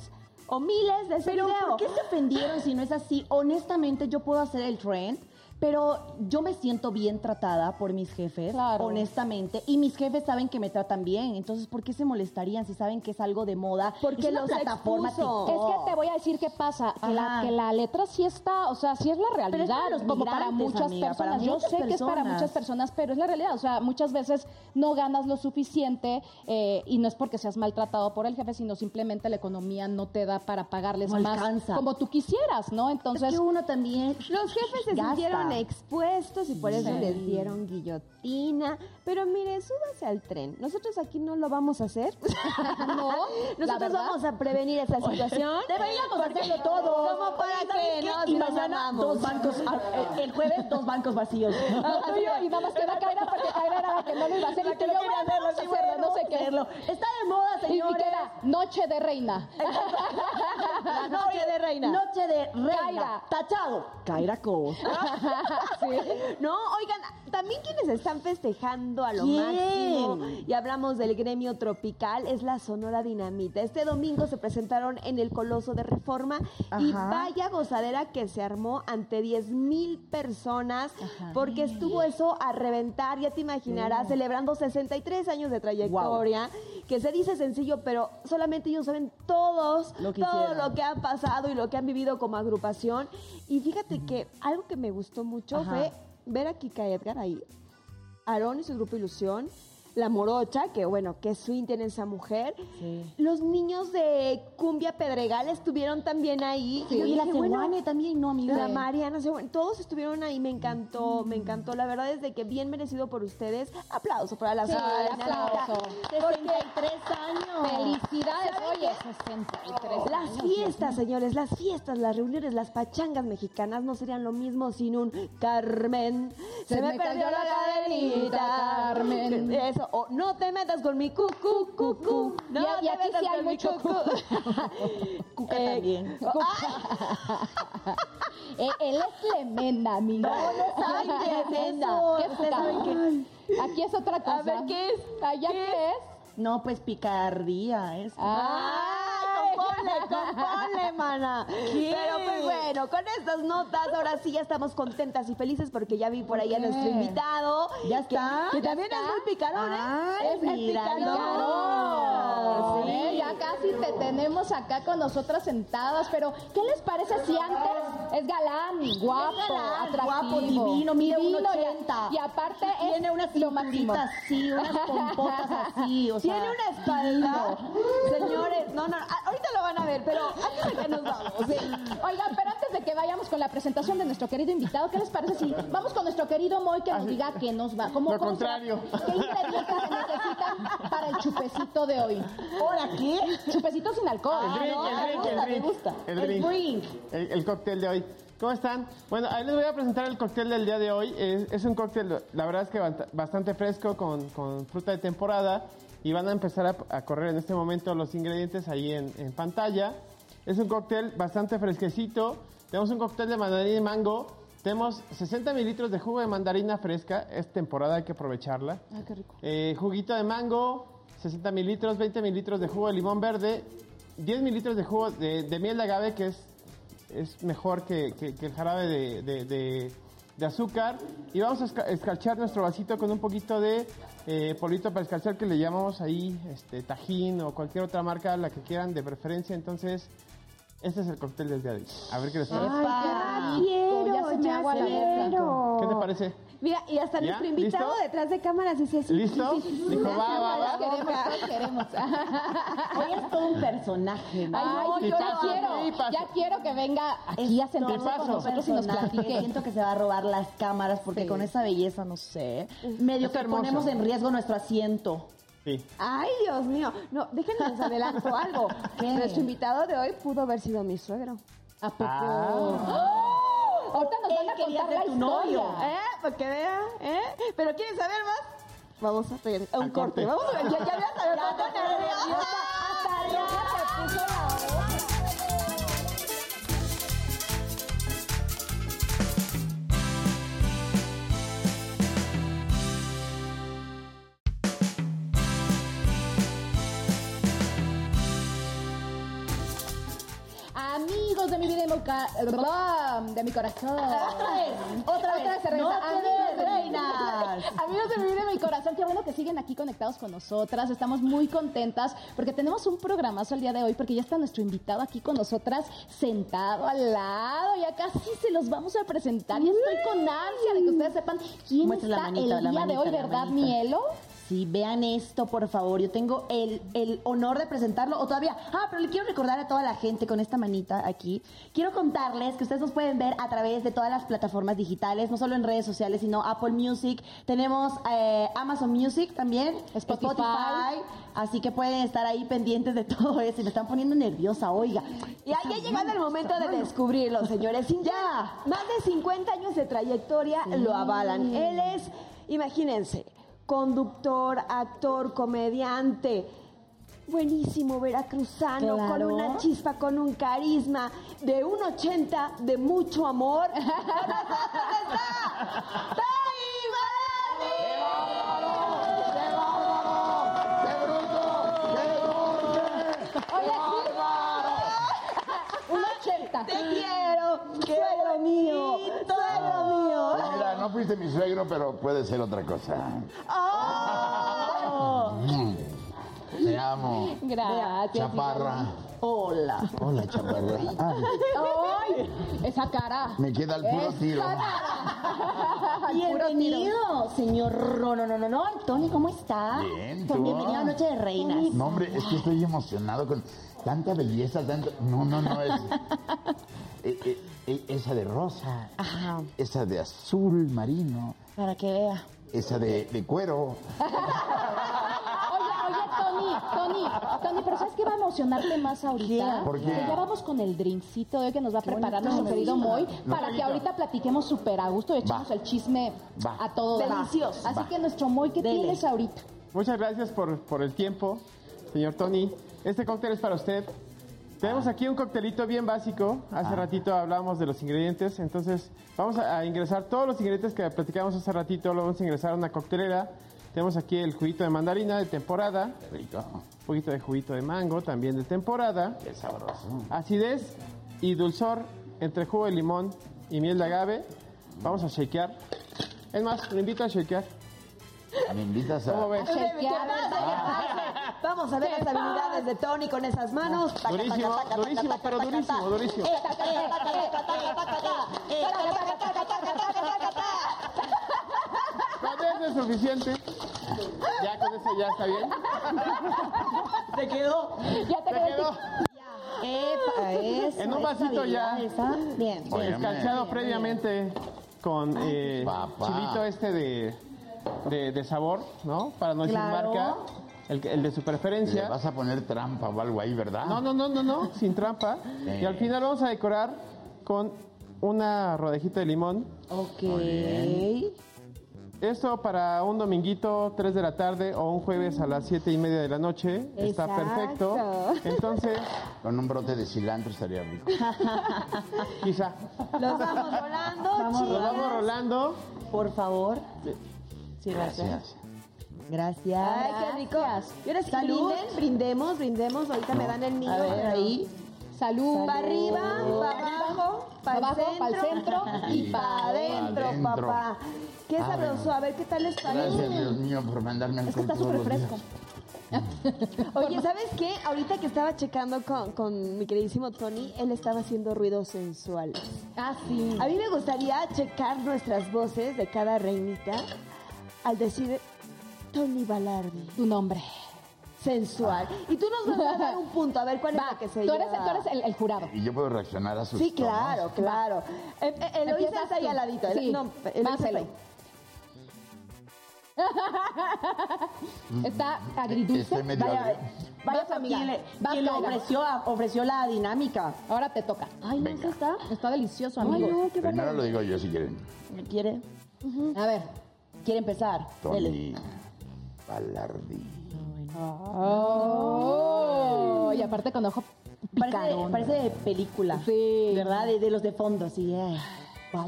[SPEAKER 3] o miles de ese
[SPEAKER 1] Pero
[SPEAKER 3] video.
[SPEAKER 1] ¿por qué se ofendieron si no es así? Honestamente, yo puedo hacer el trend, pero yo me siento bien tratada por mis jefes,
[SPEAKER 2] Claro.
[SPEAKER 1] honestamente, y mis jefes saben que me tratan bien, entonces ¿por qué se molestarían si saben que es algo de moda?
[SPEAKER 3] Porque
[SPEAKER 1] Es una
[SPEAKER 3] los
[SPEAKER 1] plataforma
[SPEAKER 3] expuso.
[SPEAKER 2] Es
[SPEAKER 1] TikTok.
[SPEAKER 2] que te voy a decir qué pasa, que la,
[SPEAKER 1] Ajá.
[SPEAKER 2] que la letra sí está, o sea, sí es la
[SPEAKER 1] Pero es
[SPEAKER 2] realidad,
[SPEAKER 1] para los
[SPEAKER 2] como para
[SPEAKER 1] migrantes,
[SPEAKER 2] muchas
[SPEAKER 1] amiga,
[SPEAKER 2] personas.
[SPEAKER 1] para
[SPEAKER 2] Yo
[SPEAKER 1] muchas
[SPEAKER 2] sé que es para
[SPEAKER 1] personas.
[SPEAKER 2] muchas personas, pero es la realidad, o sea, muchas veces no ganas lo suficiente eh, y no es porque seas maltratado por el jefe, sino simplemente la economía no te da para pagarles
[SPEAKER 1] No
[SPEAKER 2] más
[SPEAKER 1] alcanza.
[SPEAKER 2] como tú quisieras, ¿no?
[SPEAKER 1] Es
[SPEAKER 2] Entonces,
[SPEAKER 1] que uno también...
[SPEAKER 3] Los jefes se
[SPEAKER 1] Gasta.
[SPEAKER 3] sintieron expuestos y por eso
[SPEAKER 2] Sí.
[SPEAKER 3] les dieron guillotina. Pero mire, súbase al tren. Nosotros aquí no lo vamos a hacer.
[SPEAKER 2] no, la
[SPEAKER 3] Nosotros
[SPEAKER 2] verdad,
[SPEAKER 3] vamos a prevenir esa situación.
[SPEAKER 1] Deberíamos hacerlo todo.
[SPEAKER 3] Como para que no
[SPEAKER 1] y
[SPEAKER 3] nos
[SPEAKER 1] mañana
[SPEAKER 3] amamos.
[SPEAKER 1] dos bancos, ah, eh, el jueves dos bancos vacíos.
[SPEAKER 2] lo tuyo, y nada más que va a caer porque caer era la que no lo iba a hacer,
[SPEAKER 1] La
[SPEAKER 2] y
[SPEAKER 1] que
[SPEAKER 2] tú,
[SPEAKER 1] no
[SPEAKER 2] yo,
[SPEAKER 1] quería
[SPEAKER 2] bueno,
[SPEAKER 1] hacerlo,
[SPEAKER 2] vamos a
[SPEAKER 1] sí,
[SPEAKER 2] hacerlo,
[SPEAKER 1] bueno,
[SPEAKER 2] no
[SPEAKER 1] vamos
[SPEAKER 2] sé
[SPEAKER 1] a
[SPEAKER 2] qué.
[SPEAKER 1] hacerlo. Está de moda,
[SPEAKER 2] Y- Y que
[SPEAKER 1] señores.
[SPEAKER 2] era Noche de Reina.
[SPEAKER 3] La noche de reina.
[SPEAKER 1] Noche de reina.
[SPEAKER 2] Kaira.
[SPEAKER 1] Tachado. Kaira Cobos.
[SPEAKER 3] No, oigan, también quienes están festejando a lo
[SPEAKER 1] ¿Quién?
[SPEAKER 3] máximo, y hablamos del gremio tropical, es la Sonora Dinamita. Este domingo se presentaron en el Coloso de Reforma y
[SPEAKER 1] Ajá.
[SPEAKER 3] vaya gozadera que se armó ante 10 mil personas, porque estuvo eso a reventar, ya te imaginarás, celebrando 63 años de trayectoria, que se dice sencillo, pero solamente ellos saben todos,
[SPEAKER 1] Lo que
[SPEAKER 3] todo
[SPEAKER 1] hicieron.
[SPEAKER 3] lo que ha pasado y lo que han vivido como agrupación. Y fíjate que algo que me gustó mucho
[SPEAKER 1] Ajá.
[SPEAKER 3] fue ver a Kika Edgar ahí, Aarón y su grupo Ilusión, la morocha, que bueno, qué swing tiene esa mujer. Los niños de Cumbia Pedregal estuvieron también ahí.
[SPEAKER 1] Sí,
[SPEAKER 3] yo
[SPEAKER 1] y la
[SPEAKER 3] dije, bueno,
[SPEAKER 1] Sehuane también, no, amiga.
[SPEAKER 3] la Mariana, se- bueno, todos estuvieron ahí, me encantó, me encantó. La verdad es de que bien merecido por ustedes. Aplauso para la
[SPEAKER 2] Sí,
[SPEAKER 3] señora Nanita.
[SPEAKER 2] aplauso.
[SPEAKER 1] 63 años.
[SPEAKER 2] Felicidades, oye, 63
[SPEAKER 3] Las
[SPEAKER 2] años.
[SPEAKER 3] fiestas, señores, las fiestas, las reuniones, las pachangas mexicanas no serían lo mismo sin un Carmen. Se, me, perdió la cadenita,
[SPEAKER 2] Carmen.
[SPEAKER 3] Eso, o no te metas con mi cucu, cucu. No
[SPEAKER 2] Y- y
[SPEAKER 3] te
[SPEAKER 2] aquí
[SPEAKER 3] metas
[SPEAKER 2] sí hay
[SPEAKER 3] con mi
[SPEAKER 2] mucho
[SPEAKER 3] cucu.
[SPEAKER 1] Cuca
[SPEAKER 3] Eh,
[SPEAKER 1] también.
[SPEAKER 2] Eh, él es tremenda, amiga.
[SPEAKER 3] saben qué es eso.
[SPEAKER 2] ¿Qué
[SPEAKER 3] Ustedes saben
[SPEAKER 2] Aquí es otra cosa.
[SPEAKER 3] ver, ¿qué es?
[SPEAKER 2] ¿Allá qué, es? Ah,
[SPEAKER 1] No, pues picardía. Es...
[SPEAKER 3] ¡Ay, componle, componle, mana! Pero pues bueno, con estas notas ahora sí ya estamos contentas y felices porque ya vi por ahí a nuestro invitado.
[SPEAKER 1] ¿Ya
[SPEAKER 3] que-
[SPEAKER 1] está?
[SPEAKER 3] Que,
[SPEAKER 1] ¿Ya
[SPEAKER 3] también
[SPEAKER 1] está?
[SPEAKER 3] es muy picarón, ¿eh?
[SPEAKER 2] Ah,
[SPEAKER 1] Ay,
[SPEAKER 3] es el
[SPEAKER 1] mira,
[SPEAKER 3] picarón.
[SPEAKER 1] no.
[SPEAKER 3] Sí.
[SPEAKER 2] Eh, ya casi te tenemos acá con nosotras sentadas, pero ¿qué les parece si antes es galán, guapo,
[SPEAKER 1] Es galán,
[SPEAKER 2] atractivo,
[SPEAKER 1] guapo, divino, mide
[SPEAKER 2] divino,
[SPEAKER 1] 1.80.
[SPEAKER 2] Y, y aparte es
[SPEAKER 1] Tiene unas
[SPEAKER 2] lo máximo.
[SPEAKER 1] cinturita así, unas pompotas así, o sea.
[SPEAKER 3] Tiene una espalda. Señores, no, no, a- ahorita lo van a ver, pero antes de que nos vamos. sí.
[SPEAKER 2] Oigan, pero antes de que vayamos con la presentación de nuestro querido invitado, ¿qué les parece si vamos con nuestro querido Moy que nos diga qué nos va? ¿Cómo,
[SPEAKER 5] Lo
[SPEAKER 2] cómo será?
[SPEAKER 5] contrario.
[SPEAKER 2] ¿Qué ingredientes se necesitan para el chupecito de hoy?
[SPEAKER 1] ¿Ahora qué?
[SPEAKER 2] Chupecito sin alcohol.
[SPEAKER 3] Ah,
[SPEAKER 5] El drink,
[SPEAKER 1] no,
[SPEAKER 5] el
[SPEAKER 1] me
[SPEAKER 5] drink,
[SPEAKER 1] gusta,
[SPEAKER 5] el
[SPEAKER 1] me
[SPEAKER 5] drink.
[SPEAKER 1] gusta.
[SPEAKER 5] El
[SPEAKER 1] El
[SPEAKER 5] drink.
[SPEAKER 1] drink.
[SPEAKER 5] El, el cóctel de hoy. ¿Cómo están? Bueno, ahí les voy a presentar el cóctel del día de hoy. Es, es un cóctel, la verdad es que bast- bastante fresco, con, con fruta de temporada. Y van a empezar a, a correr en este momento los ingredientes ahí en, en pantalla. Es un cóctel bastante fresquecito. Tenemos un cóctel de mandarín y mango. Tenemos 60 mililitros de jugo de mandarina fresca. Es temporada, hay que aprovecharla. Eh, juguito de mango, 60 mililitros, 20 mililitros de jugo de limón verde, 10 mililitros de jugo de, de miel de agave, que es, es mejor que, que- que el jarabe de, de- de- de azúcar. Y vamos a esca- escarchar nuestro vasito con un poquito de eh, polvito para escarchar, que le llamamos ahí este, tajín o cualquier otra marca, la que quieran de preferencia. Entonces, este es el cóctel del día de hoy. A ver qué les parece.
[SPEAKER 1] Ah,
[SPEAKER 3] Quiero,
[SPEAKER 2] ya se me agua la boca.
[SPEAKER 3] quiero.
[SPEAKER 5] ¿Qué te parece?
[SPEAKER 3] Mira, y hasta
[SPEAKER 5] ¿Ya?
[SPEAKER 3] nuestro invitado
[SPEAKER 5] ¿Listo?
[SPEAKER 3] detrás de cámaras dice así.
[SPEAKER 5] ¿Listo? Dijo, va, va, va.
[SPEAKER 2] Queremos, todos queremos.
[SPEAKER 1] Hoy es todo un personaje, ¿no?
[SPEAKER 2] Ay, no,
[SPEAKER 5] y
[SPEAKER 2] yo ya
[SPEAKER 5] paso, y
[SPEAKER 2] quiero,
[SPEAKER 5] paso.
[SPEAKER 2] ya quiero que venga aquí a
[SPEAKER 1] sentir
[SPEAKER 2] sentarse con nosotros y nos platique.
[SPEAKER 1] Siento que se va a robar las cámaras porque
[SPEAKER 2] Sí.
[SPEAKER 1] con esa belleza, no sé, medio
[SPEAKER 5] Está
[SPEAKER 1] que
[SPEAKER 5] hermoso.
[SPEAKER 1] ponemos en riesgo nuestro asiento.
[SPEAKER 5] Sí.
[SPEAKER 3] Ay, Dios mío. No, déjenme les adelanto algo.
[SPEAKER 1] ¿Qué?
[SPEAKER 3] Nuestro invitado de hoy pudo haber sido mi suegro.
[SPEAKER 2] ¿A poco?
[SPEAKER 5] Ah.
[SPEAKER 2] Ahorita nos
[SPEAKER 1] Él
[SPEAKER 2] van a
[SPEAKER 1] quería
[SPEAKER 2] contar
[SPEAKER 1] ser
[SPEAKER 2] la
[SPEAKER 1] tu
[SPEAKER 2] historia.
[SPEAKER 1] novio.
[SPEAKER 3] ¿Eh? Para que vea, ¿eh? ¿Pero quieren saber más? Vamos a hacer un
[SPEAKER 5] Al
[SPEAKER 3] corte.
[SPEAKER 5] corte.
[SPEAKER 3] Vamos a ver, ya, ya voy a saber.
[SPEAKER 1] Ya
[SPEAKER 3] cuánto
[SPEAKER 1] te
[SPEAKER 3] nerviosa.
[SPEAKER 1] nerviosa.
[SPEAKER 3] Hasta roja se puso la voz.
[SPEAKER 2] Amigos de mi vida y mi ca- de mi corazón.
[SPEAKER 1] Otra vez.
[SPEAKER 2] se regresa.
[SPEAKER 1] No te
[SPEAKER 2] Amigos de-
[SPEAKER 1] reinas.
[SPEAKER 2] Amigos de mi vida y mi corazón, qué bueno que siguen aquí conectados con nosotras. Estamos muy contentas porque tenemos un programazo el día de hoy porque ya está nuestro invitado aquí con nosotras sentado al lado. Ya casi se los vamos a presentar. Ya estoy con ansia de que ustedes sepan quién
[SPEAKER 1] Muestra la
[SPEAKER 2] está
[SPEAKER 1] manita,
[SPEAKER 2] el
[SPEAKER 1] la
[SPEAKER 2] día de
[SPEAKER 1] manita,
[SPEAKER 2] hoy,
[SPEAKER 1] la
[SPEAKER 2] ¿verdad,
[SPEAKER 1] manita.
[SPEAKER 2] Mielo?
[SPEAKER 1] Sí, vean esto, por favor. Yo tengo el, el honor de presentarlo, o todavía. Ah, pero le quiero recordar a toda la gente con esta manita aquí. Quiero contarles que ustedes nos pueden ver a través de todas las plataformas digitales, no solo en redes sociales, sino Apple Music. Tenemos eh, Amazon Music también,
[SPEAKER 2] Spotify.
[SPEAKER 1] Así que pueden estar ahí pendientes de todo eso. Y me están poniendo nerviosa, oiga.
[SPEAKER 3] Y ahí ha llegado el momento de descubrirlo, señores. Sin ya, más de 50 años de trayectoria lo avalan. Él es, imagínense, conductor, actor, comediante. Buenísimo, veracruzano,
[SPEAKER 1] Claro.
[SPEAKER 3] con una chispa, con un carisma, de un 80, de mucho amor. Con nosotros está Tai Barani.
[SPEAKER 2] Oye, sí. Un 80.
[SPEAKER 3] ¡Te quiero! ¡Suegro mío! ¡Suegro mío!
[SPEAKER 6] Pues mira, no fuiste mi suegro, pero puede ser otra cosa.
[SPEAKER 3] ¡Oh!
[SPEAKER 6] Mira, amo.
[SPEAKER 2] Gracias.
[SPEAKER 6] Chaparra.
[SPEAKER 1] Hola.
[SPEAKER 6] Hola, chaparra. Ay,
[SPEAKER 2] ¡Ay! Esa cara.
[SPEAKER 6] me queda el puro tiro.
[SPEAKER 1] Bienvenido, señor Rono, no, no, no. Tony, ¿cómo está?
[SPEAKER 6] Bien, ¿tú?
[SPEAKER 1] Bienvenido a Noche de Reinas.
[SPEAKER 6] No, hombre, es que estoy emocionado con tanta belleza, tanto... No, no, no, es... eh, eh, eh, esa de rosa,
[SPEAKER 1] Ajá,
[SPEAKER 6] esa de azul marino,
[SPEAKER 1] para que vea.
[SPEAKER 6] esa de, de cuero.
[SPEAKER 2] Oye, oye, Tony, Tony, Tony, pero ¿sabes qué va a emocionarte más ahorita?
[SPEAKER 1] ¿Qué?
[SPEAKER 6] ¿Por qué?
[SPEAKER 2] Que ya vamos con el drinkcito de hoy que nos va a preparar nuestro querido Moy para que ahorita platiquemos súper a gusto y echemos
[SPEAKER 6] Va.
[SPEAKER 2] el chisme
[SPEAKER 6] Va.
[SPEAKER 2] a todo dar.
[SPEAKER 1] Delicioso.
[SPEAKER 2] Así
[SPEAKER 6] Va.
[SPEAKER 2] que nuestro Moy, ¿qué
[SPEAKER 1] Dele.
[SPEAKER 2] tienes ahorita?
[SPEAKER 5] Muchas gracias por, por el tiempo, señor Tony. Este cóctel es para usted. Tenemos aquí un coctelito bien básico. Hace ratito hablábamos de los ingredientes, entonces vamos a, a ingresar todos los ingredientes que platicamos hace ratito. Lo vamos a ingresar a una coctelera. Tenemos aquí el juguito de mandarina de temporada,
[SPEAKER 6] Rico,
[SPEAKER 5] un poquito de juguito de mango también de temporada,
[SPEAKER 6] qué sabroso.
[SPEAKER 5] acidez y dulzor entre jugo de limón y miel de agave. Vamos a shakear. Es más, lo invito a shakear.
[SPEAKER 6] Me invitas
[SPEAKER 5] ¿Cómo
[SPEAKER 6] a...
[SPEAKER 5] ves?
[SPEAKER 3] Vamos a ver las habilidades de Tony con esas manos.
[SPEAKER 5] Durísimo, durísimo, pero durísimo, durísimo.
[SPEAKER 1] Eh,
[SPEAKER 5] Con eso es suficiente. Ya con eso ya está bien.
[SPEAKER 1] ¿Te quedó?
[SPEAKER 2] Ya te
[SPEAKER 5] Te
[SPEAKER 2] quedé.
[SPEAKER 5] quedó
[SPEAKER 1] Epa, eso,
[SPEAKER 5] En un
[SPEAKER 1] esa
[SPEAKER 5] vasito ya.
[SPEAKER 1] habilidad, esa. Bien.
[SPEAKER 6] Óyeme,
[SPEAKER 5] descalchado previamente con eh,
[SPEAKER 6] pues, papá.
[SPEAKER 5] chilito este de, de, de sabor, ¿no? Para no decir
[SPEAKER 1] Claro.
[SPEAKER 5] marca. El, el de su
[SPEAKER 6] Le
[SPEAKER 5] preferencia.
[SPEAKER 6] vas a poner trampa o algo ahí, ¿verdad?
[SPEAKER 5] No, no, no, no, no, sin trampa.
[SPEAKER 6] Eh.
[SPEAKER 5] Y al final vamos a decorar con una rodejita de limón.
[SPEAKER 1] Ok.
[SPEAKER 5] Esto para un dominguito, 3 de la tarde o un jueves a las 7 y media de la noche. Está perfecto. Entonces,
[SPEAKER 6] Con un brote de cilantro estaría rico.
[SPEAKER 5] quizá.
[SPEAKER 3] Los vamos volando,
[SPEAKER 5] Lo vamos rolando.
[SPEAKER 1] Por favor. Sí, gracias.
[SPEAKER 6] Gracias.
[SPEAKER 1] Gracias.
[SPEAKER 3] Ay, qué rico. Y ahora sí,
[SPEAKER 1] Salud.
[SPEAKER 3] brinden, brindemos, brindemos. Ahorita me dan el niño.
[SPEAKER 1] A ver, ahí.
[SPEAKER 2] Salud.
[SPEAKER 3] Para arriba, para abajo, para el
[SPEAKER 2] Abajo, pa'l centro
[SPEAKER 6] y
[SPEAKER 3] para adentro,
[SPEAKER 6] adentro.
[SPEAKER 3] papá. Qué
[SPEAKER 6] Ah,
[SPEAKER 3] sabroso.
[SPEAKER 6] bueno.
[SPEAKER 3] A ver, ¿qué tal les
[SPEAKER 6] Gracias,
[SPEAKER 3] parece?
[SPEAKER 6] Dios mío, por mandarme al
[SPEAKER 2] Es que está súper fresco.
[SPEAKER 3] Oye, ¿sabes qué? Ahorita que estaba checando con, con mi queridísimo Tony, él estaba haciendo ruidos sensuales.
[SPEAKER 2] Ah, sí.
[SPEAKER 3] A mí me gustaría checar nuestras voces de cada reinita al decir Tony Balardi.
[SPEAKER 2] Tu nombre.
[SPEAKER 3] Sensual. Y tú nos vas a dar un punto, a ver cuál es
[SPEAKER 2] Va,
[SPEAKER 3] la
[SPEAKER 2] tú
[SPEAKER 3] que
[SPEAKER 2] eres,
[SPEAKER 3] se lleva.
[SPEAKER 2] tú eres el, el jurado.
[SPEAKER 6] Y yo puedo reaccionar a sus
[SPEAKER 3] Sí,
[SPEAKER 6] tonos.
[SPEAKER 3] claro, claro. Eh, eh, Eloisa
[SPEAKER 2] Empiezas
[SPEAKER 3] está ahí
[SPEAKER 2] tú.
[SPEAKER 3] al ladito. El-
[SPEAKER 2] Sí.
[SPEAKER 3] No, Eloisa
[SPEAKER 2] Vas,
[SPEAKER 3] está
[SPEAKER 2] Elo.
[SPEAKER 3] ahí.
[SPEAKER 2] Está agridulce.
[SPEAKER 6] Estoy medio
[SPEAKER 1] Vaya,
[SPEAKER 6] agrio.
[SPEAKER 1] vaya
[SPEAKER 2] Vas, amiga.
[SPEAKER 1] quien le,
[SPEAKER 2] Vas,
[SPEAKER 1] quien le
[SPEAKER 2] Kaira.
[SPEAKER 1] ofreció, ofreció la dinámica.
[SPEAKER 2] Ahora te toca.
[SPEAKER 1] Ay, no,
[SPEAKER 6] Venga.
[SPEAKER 1] ¿sí está?
[SPEAKER 2] Está delicioso,
[SPEAKER 1] Ay,
[SPEAKER 2] amigo.
[SPEAKER 1] no, qué
[SPEAKER 6] Primero
[SPEAKER 1] bárbaro.
[SPEAKER 6] lo digo yo, si quieren.
[SPEAKER 1] ¿Quiere? A ver, ¿quiere empezar? Dele.
[SPEAKER 6] Tony Balardi.
[SPEAKER 2] Oh, y aparte con ojo
[SPEAKER 1] Parece,
[SPEAKER 2] picarón.
[SPEAKER 1] parece de película.
[SPEAKER 2] Sí.
[SPEAKER 1] ¿Verdad? De, de los de fondo, sí. ay.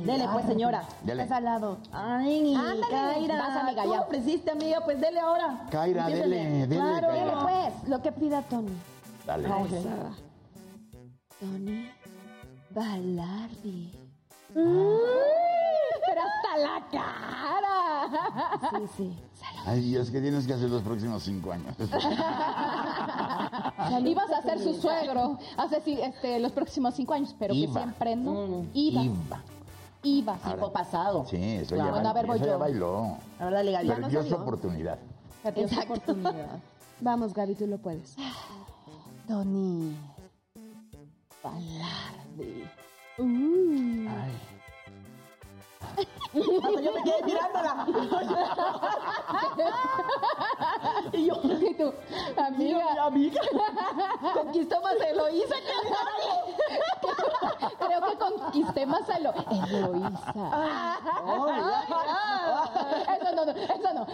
[SPEAKER 1] Dele, pues, señora.
[SPEAKER 6] Dele.
[SPEAKER 1] Es al lado. Ay,
[SPEAKER 2] Ándale,
[SPEAKER 1] Kaira.
[SPEAKER 2] vas, amiga,
[SPEAKER 1] tú
[SPEAKER 2] ya.
[SPEAKER 1] ofreciste, amiga, pues dele ahora.
[SPEAKER 6] Kaira,
[SPEAKER 1] Empiézale.
[SPEAKER 6] dele, dele,
[SPEAKER 1] Claro,
[SPEAKER 6] Kaira.
[SPEAKER 1] dele, pues.
[SPEAKER 3] Pues, lo que pida Tony.
[SPEAKER 6] Dale.
[SPEAKER 3] Tony Balardi.
[SPEAKER 2] Pero hasta la cara.
[SPEAKER 3] Sí, sí.
[SPEAKER 6] Ay, Dios, ¿qué tienes que hacer los próximos cinco años?
[SPEAKER 2] Ibas a ser su suegro hace sí, este, los próximos cinco años, pero
[SPEAKER 6] Iba.
[SPEAKER 2] que siempre no. Iba. Iba.
[SPEAKER 1] Tipo pasado.
[SPEAKER 6] Sí, eso
[SPEAKER 2] Claro.
[SPEAKER 6] ya,
[SPEAKER 2] Bueno, a ver, voy
[SPEAKER 6] bailó, eso ya
[SPEAKER 2] yo.
[SPEAKER 6] bailó.
[SPEAKER 1] La verdad, legal.
[SPEAKER 6] Pero yo es oportunidad.
[SPEAKER 2] Exacto.
[SPEAKER 3] Vamos, Gaby, tú lo puedes.
[SPEAKER 2] Tony.
[SPEAKER 6] Ay,
[SPEAKER 1] Yo me quedé tirándola.
[SPEAKER 2] Y yo, y tú, amiga,
[SPEAKER 1] amiga.
[SPEAKER 2] conquistó más a Eloísa que Creo que conquisté más a Elo- Eloísa. Eso no, no, eso no.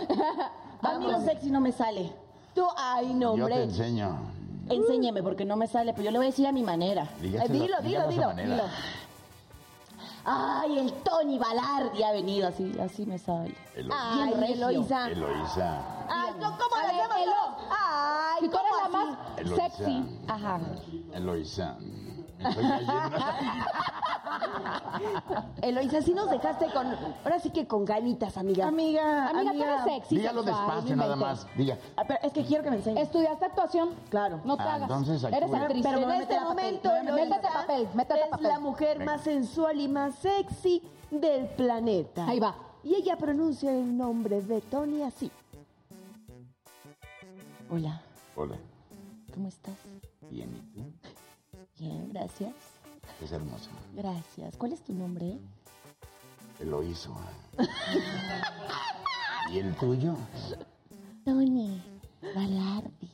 [SPEAKER 1] A mí lo sexy no me sale.
[SPEAKER 3] Tú, ay, no,
[SPEAKER 6] yo te
[SPEAKER 3] hombre.
[SPEAKER 6] enseño.
[SPEAKER 1] Enséñeme, porque no me sale, pero yo le voy a decir a mi manera.
[SPEAKER 6] Dígaselo,
[SPEAKER 3] dilo, dilo,
[SPEAKER 6] dígalo a su
[SPEAKER 3] dilo,
[SPEAKER 6] manera.
[SPEAKER 3] dilo.
[SPEAKER 1] Ay, el Tony Balardi ha venido así, así me sale.
[SPEAKER 6] Elo-
[SPEAKER 3] Ay,
[SPEAKER 1] Bien regio.
[SPEAKER 3] Eloisa.
[SPEAKER 6] Eloísa.
[SPEAKER 3] Ay, no, ¿cómo
[SPEAKER 2] A
[SPEAKER 3] la
[SPEAKER 2] ver,
[SPEAKER 3] llamas?
[SPEAKER 2] Elo.
[SPEAKER 3] no? Ay,
[SPEAKER 2] Si tú eres la
[SPEAKER 3] ¿cómo
[SPEAKER 2] más
[SPEAKER 6] Eloísa.
[SPEAKER 2] sexy. Ajá.
[SPEAKER 6] Eloísa. Me estoy cayendo.
[SPEAKER 4] Eloisa, sí nos dejaste con. Ahora sí que con ganitas, amiga.
[SPEAKER 3] Ah,
[SPEAKER 1] Amiga,
[SPEAKER 2] Amiga, tú eres sexy.
[SPEAKER 6] Dígalo
[SPEAKER 2] sexual,
[SPEAKER 6] despacio
[SPEAKER 2] no
[SPEAKER 6] nada
[SPEAKER 2] inventes.
[SPEAKER 6] más. Diga.
[SPEAKER 1] Ah, pero es que quiero que me enseñes.
[SPEAKER 2] Estudiaste actuación.
[SPEAKER 1] Claro.
[SPEAKER 2] No te
[SPEAKER 6] Ah,
[SPEAKER 2] hagas.
[SPEAKER 6] entonces actúe.
[SPEAKER 2] Eres actriz.
[SPEAKER 1] Pero me voy a
[SPEAKER 4] en este
[SPEAKER 1] meter a papel,
[SPEAKER 4] momento,
[SPEAKER 1] me voy a meter-
[SPEAKER 2] Métete
[SPEAKER 4] Eloisa
[SPEAKER 2] papel, métete
[SPEAKER 4] es
[SPEAKER 2] papel.
[SPEAKER 4] la mujer más sensual y más sexy del planeta.
[SPEAKER 2] Ahí va.
[SPEAKER 4] Y ella pronuncia el nombre de Tony así.
[SPEAKER 1] Hola,
[SPEAKER 6] Hola.
[SPEAKER 1] ¿cómo estás?
[SPEAKER 6] Bien, ¿y tú?
[SPEAKER 1] Bien, gracias.
[SPEAKER 6] Es hermosa.
[SPEAKER 1] Gracias. ¿Cuál es tu nombre?
[SPEAKER 6] Lo hizo. ¿Y el tuyo?
[SPEAKER 1] Tony Balardi.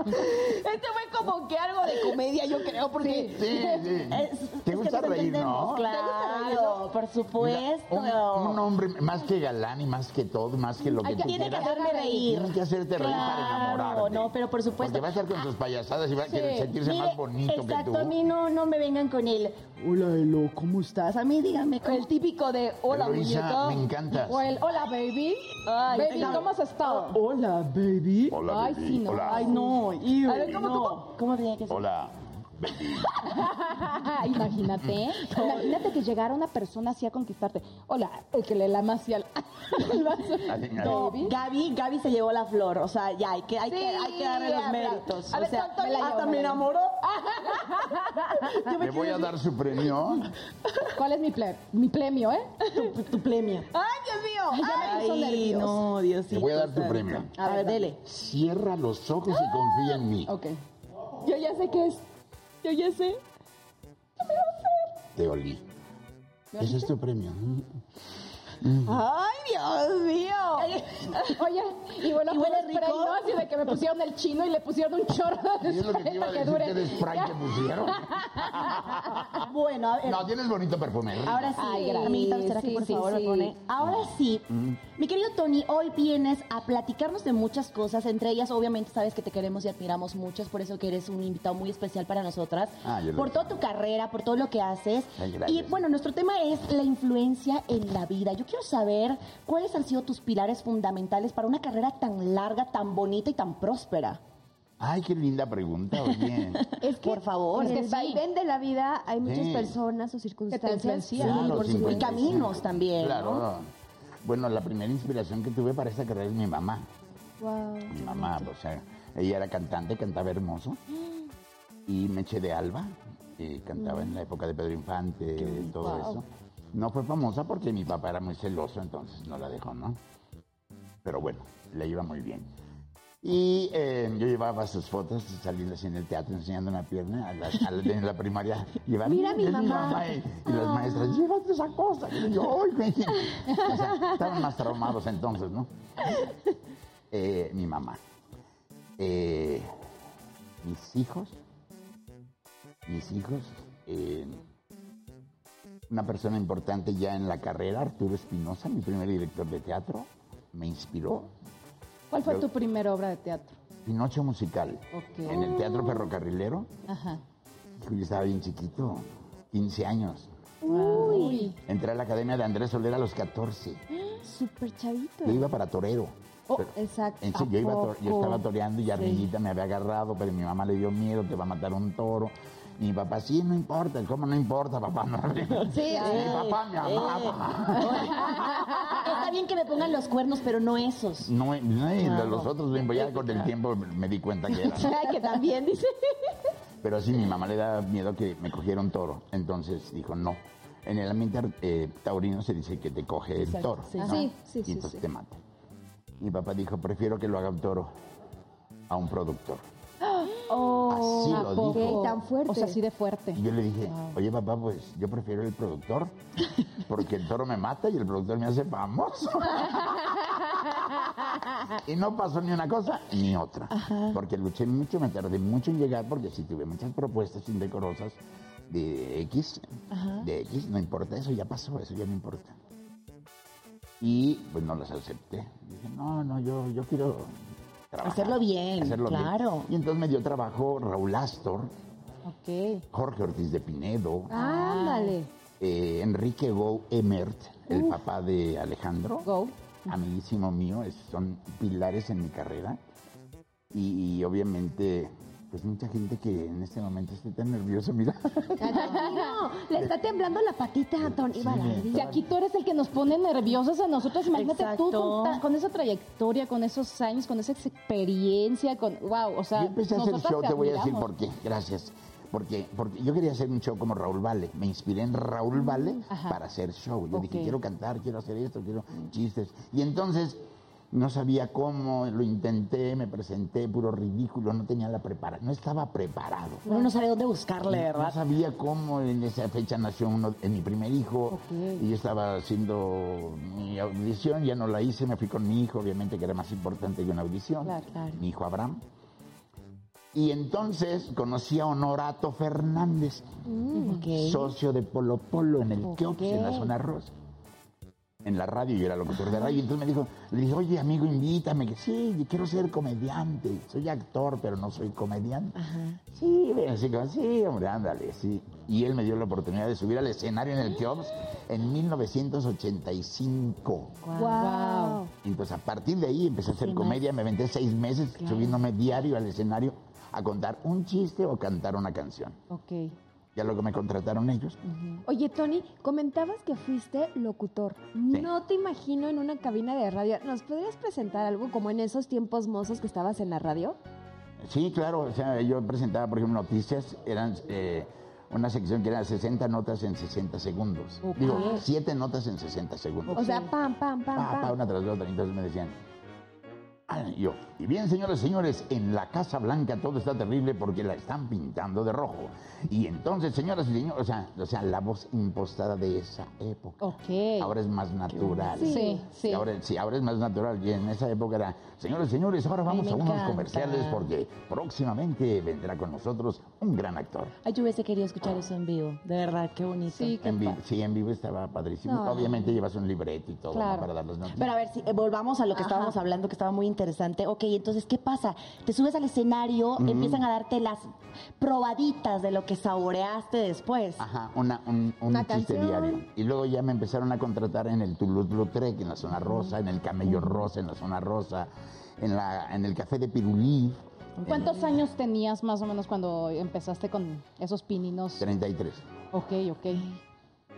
[SPEAKER 4] Este fue como que algo de comedia, yo creo, porque.
[SPEAKER 6] Sí, sí. ¿Te gusta reír, no?
[SPEAKER 1] Claro, por
[SPEAKER 6] Mira,
[SPEAKER 1] supuesto.
[SPEAKER 6] Un, un hombre más que galán y más que todo, más que lo que tú
[SPEAKER 1] Tiene que
[SPEAKER 6] quieras.
[SPEAKER 1] hacerme reír.
[SPEAKER 6] Tienes que hacerte reír para enamorarte.
[SPEAKER 1] no, pero por supuesto.
[SPEAKER 6] Porque va a estar con sus payasadas y va a querer sentirse
[SPEAKER 1] Mire,
[SPEAKER 6] más bonito que tú.
[SPEAKER 1] exacto, a mí no, no me vengan con el hola, Elo, ¿cómo estás? A mí díganme con el típico de hola,
[SPEAKER 6] Eloísa,
[SPEAKER 1] muñeca.
[SPEAKER 6] me encantas.
[SPEAKER 2] O el hola, baby.
[SPEAKER 1] Ay,
[SPEAKER 2] baby,
[SPEAKER 1] venga.
[SPEAKER 2] ¿cómo has estado?
[SPEAKER 5] Hola, baby.
[SPEAKER 6] Hola,
[SPEAKER 2] Ay,
[SPEAKER 6] baby.
[SPEAKER 2] sí, no.
[SPEAKER 6] Hola.
[SPEAKER 5] Ay, no. iu,
[SPEAKER 1] A ver, ¿cómo,
[SPEAKER 5] no.
[SPEAKER 1] cómo, cómo tenía que ser?
[SPEAKER 6] Hola, baby.
[SPEAKER 2] Ah, Imagínate. ¿eh? Imagínate que llegara una persona así a conquistarte. Hola, el que le lama así al. al vaso.
[SPEAKER 6] Así,
[SPEAKER 1] No,
[SPEAKER 2] Baby.
[SPEAKER 1] Gaby, Gaby se llevó la flor, o sea, ya hay que, hay que,
[SPEAKER 2] Sí,
[SPEAKER 1] hay que darle los
[SPEAKER 2] habla.
[SPEAKER 1] méritos.
[SPEAKER 2] A
[SPEAKER 1] o
[SPEAKER 2] ver,
[SPEAKER 1] sea,
[SPEAKER 2] ¿cuánto le llevo?
[SPEAKER 1] hasta
[SPEAKER 2] Me
[SPEAKER 1] me
[SPEAKER 2] la-
[SPEAKER 1] enamoró.
[SPEAKER 6] ¿Le voy a dar su premio?
[SPEAKER 2] ¿Cuál es mi, ple- mi premio, eh?
[SPEAKER 1] Tu, tu premio.
[SPEAKER 4] ¡Ay, Dios mío!
[SPEAKER 1] Ay,
[SPEAKER 2] hizo nervios.
[SPEAKER 1] no, Diosito.
[SPEAKER 6] Le voy a dar tu
[SPEAKER 1] santo.
[SPEAKER 6] premio.
[SPEAKER 1] A ver, dele.
[SPEAKER 6] Cierra los ojos y confía en mí.
[SPEAKER 2] Ok. Yo ya sé qué es. Yo ya sé.
[SPEAKER 6] Te olí. Ese es tu premio.
[SPEAKER 4] ¡Ay, Dios mío!
[SPEAKER 2] Oye, y bueno,
[SPEAKER 1] ¿Y huele
[SPEAKER 2] pues,
[SPEAKER 1] rico?
[SPEAKER 2] spray, ¿no? Así de que me pusieron el chino y le pusieron un chorro de
[SPEAKER 6] Y es lo que te iba a
[SPEAKER 2] spray
[SPEAKER 6] decir que de spray te pusieron.
[SPEAKER 1] Bueno, a ver.
[SPEAKER 6] No, tienes bonito perfume. rico.
[SPEAKER 1] Ahora sí,
[SPEAKER 2] Ay, gracias.
[SPEAKER 1] amiguita, ¿será que
[SPEAKER 2] Sí,
[SPEAKER 1] por
[SPEAKER 2] sí,
[SPEAKER 1] favor me
[SPEAKER 2] sí.
[SPEAKER 1] pone? Ahora sí,
[SPEAKER 6] Mm.
[SPEAKER 1] mi querido Tony, hoy vienes a platicarnos de muchas cosas, entre ellas obviamente sabes que te queremos y admiramos mucho, es por eso que eres un invitado muy especial para nosotras,
[SPEAKER 6] Ah, yo lo
[SPEAKER 1] por
[SPEAKER 6] sé.
[SPEAKER 1] toda tu carrera, por todo lo que haces.
[SPEAKER 6] Ay, gracias.
[SPEAKER 1] y bueno, nuestro tema es la influencia en la vida. Yo quiero saber cuáles han sido tus pilares fundamentales para una carrera tan larga, tan bonita y tan próspera.
[SPEAKER 6] Ay, qué linda pregunta, oye.
[SPEAKER 1] Es que, por favor,
[SPEAKER 3] En el
[SPEAKER 2] sí.
[SPEAKER 3] vaivén de la vida hay muchas
[SPEAKER 6] Sí.
[SPEAKER 3] personas o circunstancias.
[SPEAKER 2] influencia.
[SPEAKER 6] Claro,
[SPEAKER 1] por supuesto, y
[SPEAKER 6] 55.
[SPEAKER 1] caminos también.
[SPEAKER 6] Claro.
[SPEAKER 1] ¿no?
[SPEAKER 6] Bueno, la primera inspiración que tuve para esta carrera es mi mamá.
[SPEAKER 3] Wow.
[SPEAKER 6] Mi mamá, o sea, ella era cantante, cantaba hermoso.
[SPEAKER 1] Mm.
[SPEAKER 6] Y me eché de alba, y cantaba en la época de Pedro Infante, todo eso. No fue famosa porque mi papá era muy celoso, entonces no la dejó, ¿no? Pero bueno, le iba muy bien. Y eh, yo llevaba sus fotos saliendo así en el teatro, enseñando una pierna a las- a las de la primaria. Llevaba,
[SPEAKER 3] Mira a mi
[SPEAKER 6] "Es
[SPEAKER 3] mamá".
[SPEAKER 6] y, y las maestras, llévate esa cosa. Y yo, ¡ay, güey". O sea, estaban más traumados entonces, ¿no? Eh, mi mamá. Eh, mis hijos. Mis hijos. eh, una persona importante ya en la carrera, Arturo Espinosa, mi primer director de teatro, me inspiró.
[SPEAKER 2] ¿Cuál fue
[SPEAKER 6] Yo-
[SPEAKER 2] tu primera obra de teatro?
[SPEAKER 6] Pinocho Musical,
[SPEAKER 2] Ok.
[SPEAKER 6] en el Teatro Ferrocarrilero.
[SPEAKER 2] Ajá.
[SPEAKER 6] Yo estaba bien chiquito, 15 años.
[SPEAKER 2] Uy.
[SPEAKER 6] Entré a la academia de Andrés Soler a los 14.
[SPEAKER 3] Súper chavito.
[SPEAKER 6] Yo iba para torero.
[SPEAKER 1] Oh,
[SPEAKER 6] Pero-
[SPEAKER 3] Exacto.
[SPEAKER 6] en sí, yo, iba
[SPEAKER 3] Oh, ¿A
[SPEAKER 6] to- yo
[SPEAKER 3] poco?
[SPEAKER 6] estaba toreando y ya Riñita me había agarrado, pero mi mamá le dio miedo, te va a matar un toro. Y mi papá, sí, no importa. ¿Cómo no importa, papá? No. Sí, mi papá me amaba.
[SPEAKER 1] Está bien que me pongan los cuernos, pero no esos.
[SPEAKER 6] No, eh, no, eh, los otros, bien, pues ya con el tiempo me di cuenta que era.
[SPEAKER 3] Ay, que también dice.
[SPEAKER 6] Pero sí, mi mamá le da miedo que me cogiera un toro. Entonces dijo, no. En el ambiente eh, taurino se dice que te coge el toro.
[SPEAKER 3] sí.
[SPEAKER 6] ¿no?
[SPEAKER 3] Ajá. Sí, sí,
[SPEAKER 6] Y
[SPEAKER 3] sí,
[SPEAKER 6] entonces
[SPEAKER 3] sí.
[SPEAKER 6] te mata. Mi papá dijo, prefiero que lo haga un toro a un productor. Así
[SPEAKER 2] Oh, ¿A
[SPEAKER 6] lo
[SPEAKER 2] poco?
[SPEAKER 6] dijo.
[SPEAKER 3] Ok, tan fuerte.
[SPEAKER 2] O sea, así de fuerte.
[SPEAKER 6] Y yo le dije, oye papá, pues yo prefiero el productor, porque el toro me mata y el productor me hace famoso. y no pasó ni una cosa ni otra, porque luché mucho, me tardé mucho en llegar, porque sí tuve muchas propuestas indecorosas de X, de X, no importa eso, ya pasó, eso ya no importa. Y pues no las acepté. Dije, no, no, yo, yo quiero trabajar,
[SPEAKER 1] Hacerlo bien, claro.
[SPEAKER 6] Y entonces me dio trabajo Raúl Astor,
[SPEAKER 2] Ok.
[SPEAKER 6] Jorge Ortiz de Pinedo,
[SPEAKER 3] Ándale.
[SPEAKER 6] eh, Enrique Go Emert, el papá de Alejandro,
[SPEAKER 2] Go.
[SPEAKER 6] amiguísimo mío, es- son pilares en mi carrera. Y, y obviamente Pues mucha gente que en este momento estoy tan nervioso, mira.
[SPEAKER 3] Ah. No, le está temblando la patita a Tony
[SPEAKER 6] Sí,
[SPEAKER 3] Baladí.
[SPEAKER 2] Si aquí tú eres el que nos pone nerviosos a nosotros, imagínate tú
[SPEAKER 1] Exacto.
[SPEAKER 2] con, ta- con esa trayectoria, con esos años, con esa experiencia, con. ¡Wow! O sea,
[SPEAKER 6] yo empecé a hacer
[SPEAKER 2] nosotras
[SPEAKER 6] show, te voy a decir
[SPEAKER 2] admiramos.
[SPEAKER 6] por qué. Gracias. Porque, porque yo quería hacer un show como Raúl Vale. Me inspiré en Raúl Vale
[SPEAKER 2] Mm, Ajá.
[SPEAKER 6] para hacer show. Yo
[SPEAKER 2] Ok.
[SPEAKER 6] dije, quiero cantar, quiero hacer esto, quiero chistes. Y entonces no sabía cómo, lo intenté, me presenté, puro ridículo, no tenía la preparación, no estaba preparado.
[SPEAKER 1] Uno no sabe dónde buscarle,
[SPEAKER 6] No
[SPEAKER 1] ¿verdad?
[SPEAKER 6] sabía cómo en esa fecha nació uno, en mi primer hijo.
[SPEAKER 2] Ok.
[SPEAKER 6] Y yo estaba haciendo mi audición, ya no la hice, me fui con mi hijo, obviamente que era más importante que una audición.
[SPEAKER 2] Claro, claro.
[SPEAKER 6] Mi hijo Abraham. Y entonces conocí a Honorato Fernández,
[SPEAKER 3] Mm.
[SPEAKER 6] socio de Polo Polo en el Keops, en la zona rosa. En la radio, yo era locutor de radio. Y entonces me dijo, le dije, oye, amigo, invítame. Que sí, yo quiero ser comediante. Soy actor, pero no soy comediante. Sí, ven, así como, sí, hombre, ándale, sí. Y él me dio la oportunidad de subir al escenario en el Keops en 1985.
[SPEAKER 2] Wow.
[SPEAKER 6] Y pues a partir de ahí empecé a hacer comedia, me vendé seis meses subiéndome diario al escenario a contar un chiste o cantar una canción.
[SPEAKER 2] Ok.
[SPEAKER 6] Ya lo que me contrataron ellos.
[SPEAKER 3] Oye, Tony, comentabas que fuiste locutor. No te imagino en una cabina de radio. ¿Nos podrías presentar algo como en esos tiempos mozos que estabas en la radio?
[SPEAKER 6] Sí, claro, o sea, yo presentaba, por ejemplo, noticias, eran eh, una sección que era 60 notas en 60 segundos. Digo, 7 notas en 60 segundos.
[SPEAKER 3] O sea, pam, pam, pam,
[SPEAKER 6] Pa, pa,
[SPEAKER 3] pam.
[SPEAKER 6] una tras la otra. Entonces me decían, "Ah", y yo, y bien, señoras y señores, en la Casa Blanca todo está terrible porque la están pintando de rojo. Y entonces, señoras y señores, o sea, o sea la voz impostada de esa época.
[SPEAKER 2] Ok.
[SPEAKER 6] Ahora es más natural.
[SPEAKER 2] Sí, Sí, sí.
[SPEAKER 6] Ahora, sí, ahora es más natural. Y en esa época era, señores y señores, ahora vamos
[SPEAKER 1] me
[SPEAKER 6] a unos
[SPEAKER 1] encanta.
[SPEAKER 6] comerciales porque próximamente vendrá con nosotros un gran actor.
[SPEAKER 1] Ay, yo hubiese querido escuchar eso en vivo. De verdad, qué bonito.
[SPEAKER 2] Sí, qué
[SPEAKER 6] En vivo,
[SPEAKER 2] padre.
[SPEAKER 6] sí, en vivo estaba padrísimo. Obviamente llevas un libreto y todo ¿no?
[SPEAKER 2] Claro.
[SPEAKER 6] para dar las noticias.
[SPEAKER 1] Pero a ver, si, eh, volvamos a lo que estábamos hablando, que estaba muy interesante. Ok, entonces, ¿qué pasa? Te subes al escenario, empiezan a darte las probaditas de lo que saboreaste después.
[SPEAKER 6] Ajá, una, un, un
[SPEAKER 3] Una
[SPEAKER 6] chiste
[SPEAKER 3] canción.
[SPEAKER 6] diario. Y luego ya me empezaron a contratar en el Toulouse-Lautrec, en la zona rosa, en el Camello Rosa, en la zona rosa, en, la, en el Café de Pirulí. en
[SPEAKER 2] ¿Cuántos años tenías más o menos cuando empezaste con esos pininos?
[SPEAKER 6] 33.
[SPEAKER 2] Ok, ok.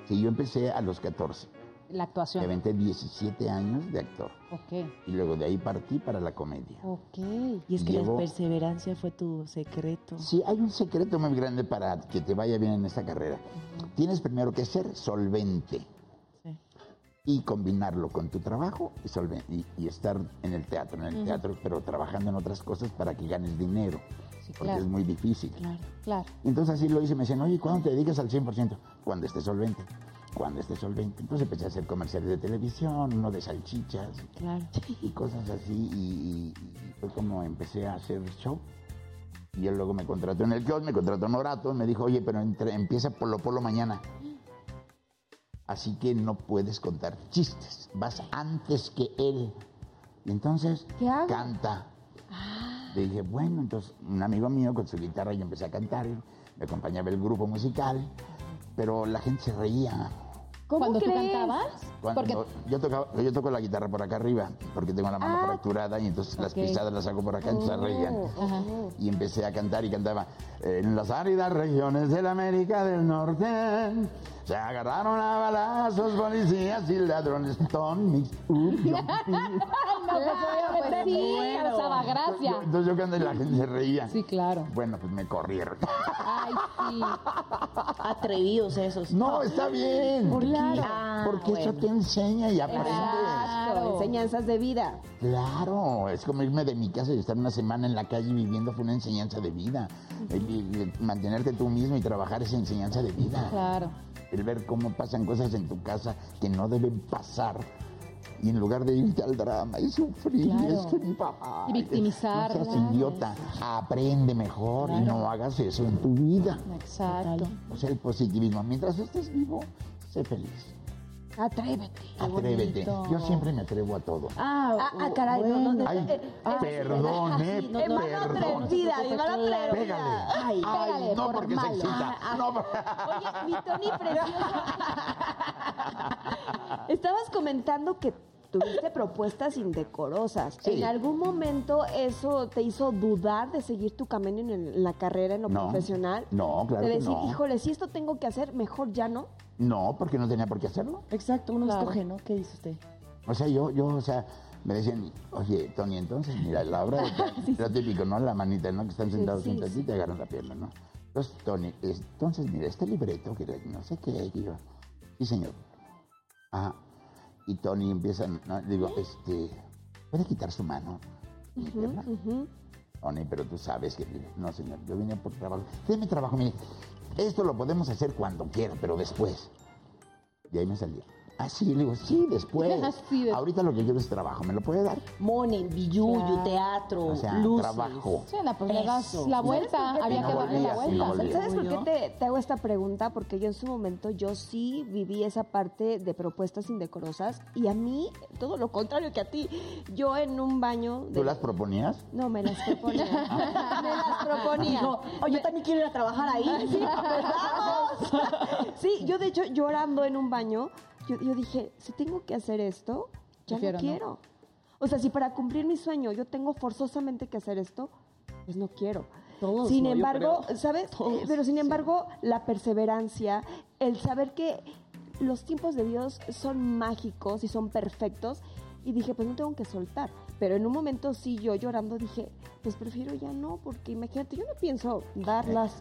[SPEAKER 6] Sí, yo empecé a los 14.
[SPEAKER 2] La
[SPEAKER 6] Me
[SPEAKER 2] actuación.
[SPEAKER 6] aventé 17 años de actor.
[SPEAKER 2] Ok,
[SPEAKER 6] Y luego de ahí partí para la comedia.
[SPEAKER 2] ok.
[SPEAKER 1] Y es que
[SPEAKER 6] Llevo-
[SPEAKER 1] la perseverancia fue tu secreto.
[SPEAKER 6] Sí, hay un secreto muy grande para que te vaya bien en esta carrera. Tienes primero que ser solvente.
[SPEAKER 1] Sí.
[SPEAKER 6] Y combinarlo con tu trabajo y, solven- y- y estar en el teatro, en el teatro, pero trabajando en otras cosas para que ganes dinero. porque
[SPEAKER 2] claro.
[SPEAKER 6] es muy difícil.
[SPEAKER 2] Claro.
[SPEAKER 6] Entonces así lo hice, me decían, oye, ¿cuándo te dedicas al 100%? Cuando esté solvente, cuando esté solvente. Entonces empecé a hacer comerciales de televisión, uno de salchichas
[SPEAKER 1] Claro.
[SPEAKER 6] y cosas así, y, y- y fue como empecé a hacer show. Y él luego me contrató en el kiosk, me contrató en Orato, me dijo, oye, pero entre- empieza Polo Polo mañana. Así que no puedes contar chistes, vas antes que él. Y entonces,
[SPEAKER 3] ¿Qué hago?
[SPEAKER 6] canta. Le dije, bueno, entonces un amigo mío con su guitarra yo empecé a cantar, me acompañaba el grupo musical, pero la gente se reía.
[SPEAKER 3] ¿Cómo
[SPEAKER 2] ¿Cuando tú
[SPEAKER 3] crees?
[SPEAKER 2] cantabas?
[SPEAKER 6] Cuando
[SPEAKER 2] Porque
[SPEAKER 6] yo, tocaba- yo toco la guitarra por acá arriba, porque tengo la mano
[SPEAKER 3] Ah.
[SPEAKER 6] fracturada y entonces las
[SPEAKER 2] Ok. Oh,
[SPEAKER 6] pisadas las hago por acá, entonces reían. Y empecé a cantar y cantaba, en las áridas regiones de la América del Norte, se agarraron a balazos policías y ladrones, Tommy.
[SPEAKER 2] Claro, Ah, pues
[SPEAKER 3] me
[SPEAKER 2] sí,
[SPEAKER 3] muero.
[SPEAKER 2] o sea, va, gracia.
[SPEAKER 6] Entonces yo canté y la gente se reía.
[SPEAKER 2] Sí, claro.
[SPEAKER 6] Bueno, pues me corrieron.
[SPEAKER 2] Ay, sí.
[SPEAKER 1] Atrevidos esos.
[SPEAKER 6] No,
[SPEAKER 2] Ah,
[SPEAKER 6] está bien.
[SPEAKER 1] ¿Por qué?
[SPEAKER 6] Claro,
[SPEAKER 1] Ah,
[SPEAKER 6] Porque eso
[SPEAKER 1] bueno.
[SPEAKER 6] te enseña y aprendes.
[SPEAKER 3] Claro, enseñanzas de vida.
[SPEAKER 6] Claro, es como irme de mi casa y estar una semana en la calle viviendo fue una enseñanza de vida. El- el- el mantenerte tú mismo y trabajar es enseñanza de vida.
[SPEAKER 2] Claro.
[SPEAKER 6] El ver cómo pasan cosas en tu casa que no deben pasar. Y en lugar de irte al drama y sufrir,
[SPEAKER 2] Claro.
[SPEAKER 6] es que mi papá.
[SPEAKER 2] Y victimizar,
[SPEAKER 6] No seas
[SPEAKER 2] claro.
[SPEAKER 6] idiota, aprende mejor y no hagas eso en tu vida.
[SPEAKER 2] Exacto.
[SPEAKER 6] O sea, el positivismo. Mientras estés vivo, sé feliz.
[SPEAKER 3] Atrévete.
[SPEAKER 6] Atrévete.
[SPEAKER 2] bonito.
[SPEAKER 6] Yo siempre me atrevo a todo.
[SPEAKER 1] Ah,
[SPEAKER 3] Ah, ah, caray, no, no, no.
[SPEAKER 6] Ay, perdón, eh, perdón.
[SPEAKER 3] atrevida, hermana atrevida.
[SPEAKER 6] Pégale. Ay, no porque se excita. No, por-
[SPEAKER 3] Oye, mi Tony precioso. Estabas comentando que tuviste propuestas indecorosas.
[SPEAKER 6] Sí.
[SPEAKER 3] ¿En algún momento eso te hizo dudar de seguir tu camino en, el- en la carrera, en lo
[SPEAKER 6] No.
[SPEAKER 3] profesional?
[SPEAKER 6] No, claro
[SPEAKER 3] De
[SPEAKER 6] que
[SPEAKER 3] decir,
[SPEAKER 6] no.
[SPEAKER 3] híjole, si esto tengo que hacer, mejor ya no.
[SPEAKER 6] No, porque no tenía por qué hacerlo.
[SPEAKER 1] Exacto, uno
[SPEAKER 2] Claro.
[SPEAKER 1] escoge, ¿no? ¿Qué dice usted?
[SPEAKER 6] O sea, yo, yo, o sea, me decían, oye, Tony, entonces, mira, la obra de lo típico, ¿no? La manita, ¿no? Que están sentados junto a ti y te agarran la pierna, ¿no? Entonces, Tony, es- entonces, mira, este libreto, que era- no sé qué, que yo, sí, señor. Ah, y Tony empieza, ¿no? digo, este, ¿puede quitar su mano? de mi pierna?" Tony, pero tú sabes que, digo, no, señor, yo vine por trabajo. Deme trabajo, mire, esto lo podemos hacer cuando quiera, pero después. Y ahí me salí. Ah, sí, le digo, sí, después.
[SPEAKER 2] Así de-
[SPEAKER 6] Ahorita lo que quiero es trabajo, ¿me lo puede dar.
[SPEAKER 1] Mone, billuyo, teatro,
[SPEAKER 2] Oh,
[SPEAKER 6] O sea,
[SPEAKER 1] luces.
[SPEAKER 6] trabajo.
[SPEAKER 2] Sí, Ana, pues le das
[SPEAKER 1] Eso.
[SPEAKER 2] la vuelta,
[SPEAKER 3] ¿Sabes por qué
[SPEAKER 2] Ah, había
[SPEAKER 6] no
[SPEAKER 2] que darle la
[SPEAKER 6] volvías, y no
[SPEAKER 2] vuelta.
[SPEAKER 6] volvías?
[SPEAKER 3] ¿Sabes por
[SPEAKER 1] Obvio.
[SPEAKER 3] qué te, te hago esta pregunta? Porque yo en su momento, yo sí viví esa parte de propuestas indecorosas y a mí, todo lo contrario que a ti, yo en un baño... de-
[SPEAKER 6] ¿Tú las proponías?
[SPEAKER 3] No, me las proponía. me las proponía.
[SPEAKER 1] Dijo, "Oh, yo también quiero ir a trabajar ahí.
[SPEAKER 3] Sí, pues, vamos. Sí, yo de hecho llorando en un baño, yo, yo dije, si tengo que hacer esto, ya
[SPEAKER 2] Prefiero
[SPEAKER 3] no
[SPEAKER 2] no.
[SPEAKER 3] quiero. O sea, si para cumplir mi sueño yo tengo forzosamente que hacer esto, pues no quiero.
[SPEAKER 1] Todos,
[SPEAKER 3] sin
[SPEAKER 1] ¿no? Yo
[SPEAKER 3] embargo,
[SPEAKER 1] creo.
[SPEAKER 3] ¿sabes?
[SPEAKER 1] Todos,
[SPEAKER 3] Pero sin embargo, la perseverancia, el saber que los tiempos de Dios son mágicos y son perfectos. Y dije, pues no tengo que soltar. Pero en un momento sí, yo llorando dije, pues prefiero ya no, porque imagínate, yo no pienso darlas.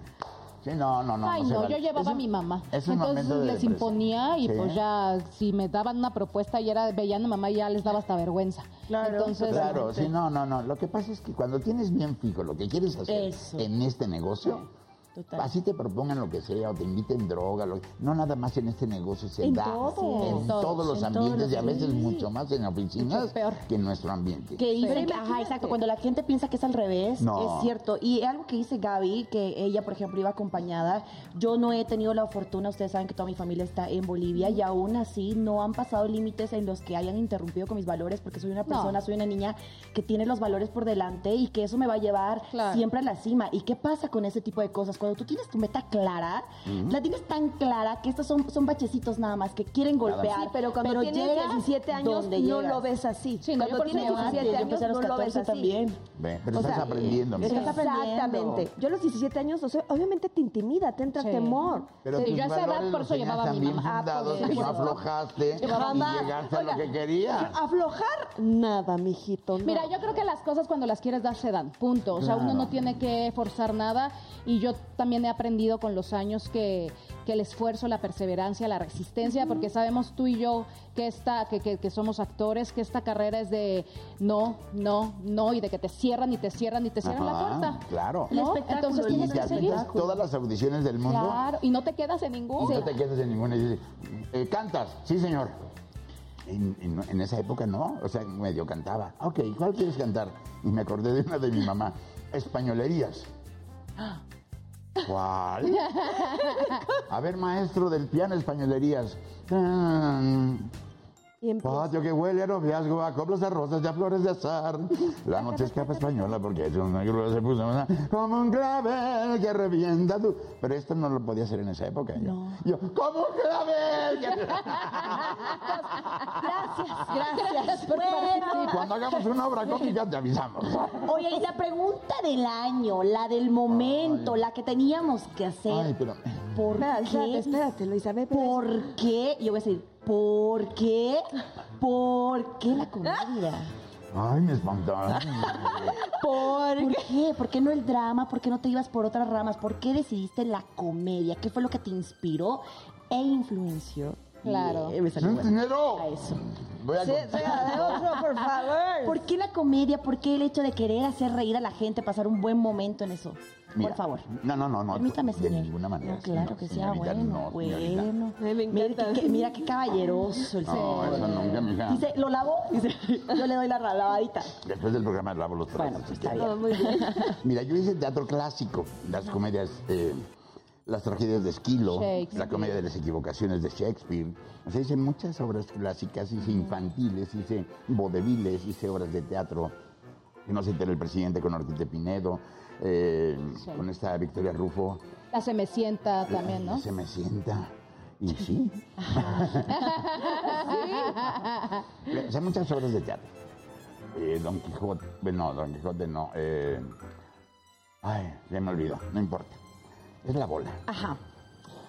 [SPEAKER 6] Sí, no, no, no.
[SPEAKER 2] Ay,
[SPEAKER 6] se
[SPEAKER 2] no,
[SPEAKER 6] vale.
[SPEAKER 2] yo llevaba
[SPEAKER 6] Es
[SPEAKER 2] a
[SPEAKER 6] un-
[SPEAKER 2] mi mamá.
[SPEAKER 6] es un
[SPEAKER 2] Entonces
[SPEAKER 6] momento de
[SPEAKER 2] les
[SPEAKER 6] depresión.
[SPEAKER 2] imponía y
[SPEAKER 6] Sí.
[SPEAKER 2] pues ya, si me daban una propuesta y era, veían a mamá y ya les daba hasta vergüenza.
[SPEAKER 5] Claro,
[SPEAKER 2] Entonces,
[SPEAKER 6] Claro, sí, no, no, no. Lo que pasa es que cuando tienes bien fijo lo que quieres hacer
[SPEAKER 1] Eso.
[SPEAKER 6] en este negocio,
[SPEAKER 1] Total.
[SPEAKER 6] así te propongan lo que sea o te inviten droga, lo- no nada más en este negocio se
[SPEAKER 1] En
[SPEAKER 6] da.
[SPEAKER 1] todo.
[SPEAKER 6] En
[SPEAKER 1] En
[SPEAKER 6] todos los
[SPEAKER 1] en
[SPEAKER 6] ambientes
[SPEAKER 1] todos
[SPEAKER 6] y a
[SPEAKER 1] los-
[SPEAKER 6] veces mucho más en oficinas
[SPEAKER 2] Mucho peor.
[SPEAKER 6] que en nuestro ambiente.
[SPEAKER 1] Que dicen, que-
[SPEAKER 3] imagínate.
[SPEAKER 1] ajá, exacto, cuando la gente piensa que es al revés,
[SPEAKER 6] No.
[SPEAKER 1] es cierto. Y algo que dice Gaby, que ella, por ejemplo, iba acompañada, yo no he tenido la fortuna, ustedes saben que toda mi familia está en Bolivia y aún así no han pasado límites en los que hayan interrumpido con mis valores, porque soy una persona, soy una niña que tiene los valores por delante y que eso me va a llevar
[SPEAKER 2] Claro.
[SPEAKER 1] siempre a la cima. ¿Y qué pasa con ese tipo de cosas? Cuando tú tienes tu meta clara, la tienes tan clara que estos son, son bachecitos nada más que quieren
[SPEAKER 6] Nada más.
[SPEAKER 1] golpear.
[SPEAKER 3] Sí, pero cuando tienes
[SPEAKER 1] llega
[SPEAKER 3] 17 años no
[SPEAKER 1] donde llegas.
[SPEAKER 3] lo ves así.
[SPEAKER 2] Sí, no, yo
[SPEAKER 3] cuando
[SPEAKER 2] por eso
[SPEAKER 3] tienes
[SPEAKER 2] me levanté,
[SPEAKER 3] 17
[SPEAKER 1] yo
[SPEAKER 3] años
[SPEAKER 1] empecé a los
[SPEAKER 3] no lo ves
[SPEAKER 1] 14
[SPEAKER 3] así.
[SPEAKER 1] también.
[SPEAKER 6] Ve, Pero
[SPEAKER 3] O
[SPEAKER 6] estás
[SPEAKER 3] sea,
[SPEAKER 6] aprendiendo. mira.
[SPEAKER 1] estás aprendiendo.
[SPEAKER 3] Exactamente. Yo a los 17 años, o sea, obviamente te intimida, te entra
[SPEAKER 2] Sí.
[SPEAKER 3] temor.
[SPEAKER 6] Pero
[SPEAKER 2] Sí,
[SPEAKER 6] tus
[SPEAKER 2] yo a esa edad
[SPEAKER 6] valores
[SPEAKER 2] por
[SPEAKER 6] los
[SPEAKER 2] eso llevaba
[SPEAKER 6] tenías
[SPEAKER 2] a mi
[SPEAKER 6] tan bien
[SPEAKER 2] mamá.
[SPEAKER 6] fundados
[SPEAKER 3] Ah, por
[SPEAKER 6] que no
[SPEAKER 3] supuesto.
[SPEAKER 6] aflojaste
[SPEAKER 3] Llevaba más.
[SPEAKER 6] y llegaste a
[SPEAKER 3] Oiga, ah,
[SPEAKER 6] lo que querías.
[SPEAKER 3] Aflojar, nada, mijito. no.
[SPEAKER 2] Mira, yo creo que las cosas cuando las quieres dar se dan, punto. O sea, uno no tiene que forzar nada y yo también he aprendido con los años que, que el esfuerzo, la perseverancia, la resistencia, porque sabemos tú y yo que, esta, que, que, que somos actores, que esta carrera es de no, no, no y de que te cierran y te cierran y te cierran
[SPEAKER 6] Ajá,
[SPEAKER 2] la puerta.
[SPEAKER 6] claro.
[SPEAKER 1] El
[SPEAKER 2] pues, ¿no?
[SPEAKER 1] espectáculo,
[SPEAKER 2] Entonces
[SPEAKER 1] el
[SPEAKER 6] Y
[SPEAKER 2] tienes
[SPEAKER 6] te
[SPEAKER 2] que seguir.
[SPEAKER 6] avientas todas las audiciones del mundo
[SPEAKER 2] Claro, y no te quedas en
[SPEAKER 6] y
[SPEAKER 2] ninguna.
[SPEAKER 6] no te quedas en ninguna. Y dices, eh, ¿cantas? Sí, señor. En, en- en esa época no, o sea, medio cantaba. Ok, ¿cuál quieres cantar? Y me acordé de una de mi mamá, Españolerías. ¿Cuál? A ver, maestro del piano, Españolerías. Mm.
[SPEAKER 3] Y empieza-
[SPEAKER 6] Patio que huele a noviazgo, a coplas de rosas y a flores de azar. La noche escapa española porque es una grúa se puso ¿verdad? como un clavel que revienta tú. Pero esto no lo podía hacer en esa época. Yo, yo como un clavel que...
[SPEAKER 1] Gracias
[SPEAKER 3] pues,
[SPEAKER 1] por participar.
[SPEAKER 6] Cuando hagamos una obra cómica te avisamos.
[SPEAKER 1] Oye, y la pregunta del año, la del momento, la que teníamos que hacer.
[SPEAKER 6] Ay, pero...
[SPEAKER 1] ¿Por
[SPEAKER 3] Espera, espérate,
[SPEAKER 1] qué?
[SPEAKER 3] espérate, Luisa, ve, ve.
[SPEAKER 1] ¿Por qué? Yo voy a decir, ¿por qué? ¿Por qué la comedia?
[SPEAKER 6] Ay, me espantaron.
[SPEAKER 1] ¿Por qué? ¿Por qué no el drama? ¿Por qué no te ibas por otras ramas? ¿Por qué decidiste la comedia? ¿Qué fue lo que te inspiró e influenció?
[SPEAKER 2] Claro.
[SPEAKER 1] Eh, me salió
[SPEAKER 6] ¡No es
[SPEAKER 1] bueno.
[SPEAKER 6] dinero!
[SPEAKER 1] A eso.
[SPEAKER 6] Voy a...
[SPEAKER 3] Sí,
[SPEAKER 6] contar.
[SPEAKER 3] venga, de otro, por favor.
[SPEAKER 1] ¿Por qué la comedia? ¿Por qué el hecho de querer hacer reír a la gente, pasar un buen momento en eso?
[SPEAKER 6] Mira,
[SPEAKER 1] por favor.
[SPEAKER 6] No, no, no, no.
[SPEAKER 1] Permítame,
[SPEAKER 6] de
[SPEAKER 1] señor.
[SPEAKER 6] ninguna manera.
[SPEAKER 1] No, claro
[SPEAKER 6] no,
[SPEAKER 1] que sea
[SPEAKER 6] señorita,
[SPEAKER 1] bueno.
[SPEAKER 6] no, señorita.
[SPEAKER 1] bueno.
[SPEAKER 3] Ay, me
[SPEAKER 1] mira,
[SPEAKER 3] encanta.
[SPEAKER 1] qué, qué- mira qué caballeroso el
[SPEAKER 6] No,
[SPEAKER 1] señor.
[SPEAKER 6] eso nunca, mija.
[SPEAKER 1] Dice, ¿lo lavo? Dice, yo le doy la ra- lavadita.
[SPEAKER 6] Después del programa lavo los trastes.
[SPEAKER 1] Bueno, pues
[SPEAKER 6] si
[SPEAKER 1] está
[SPEAKER 6] quieres.
[SPEAKER 1] bien.
[SPEAKER 3] Ah, muy bien.
[SPEAKER 6] Mira, yo hice teatro clásico, las comedias, eh, las tragedias de Esquilo,
[SPEAKER 2] Shakespeare.
[SPEAKER 6] la comedia de las equivocaciones de Shakespeare. O sea, hice muchas obras clásicas, hice infantiles, hice vodeviles, hice obras de teatro. No se entera el presidente con Ortiz de Pinedo, eh, con esta Victoria Rufo.
[SPEAKER 2] La se me sienta también, ¿no?
[SPEAKER 6] Se me sienta. Y sí. Le- o sea, muchas obras de teatro. Eh, Don Quijote, no, Don Quijote no. eh, ay, se me olvidó, no importa. Es la bola.
[SPEAKER 1] Ajá.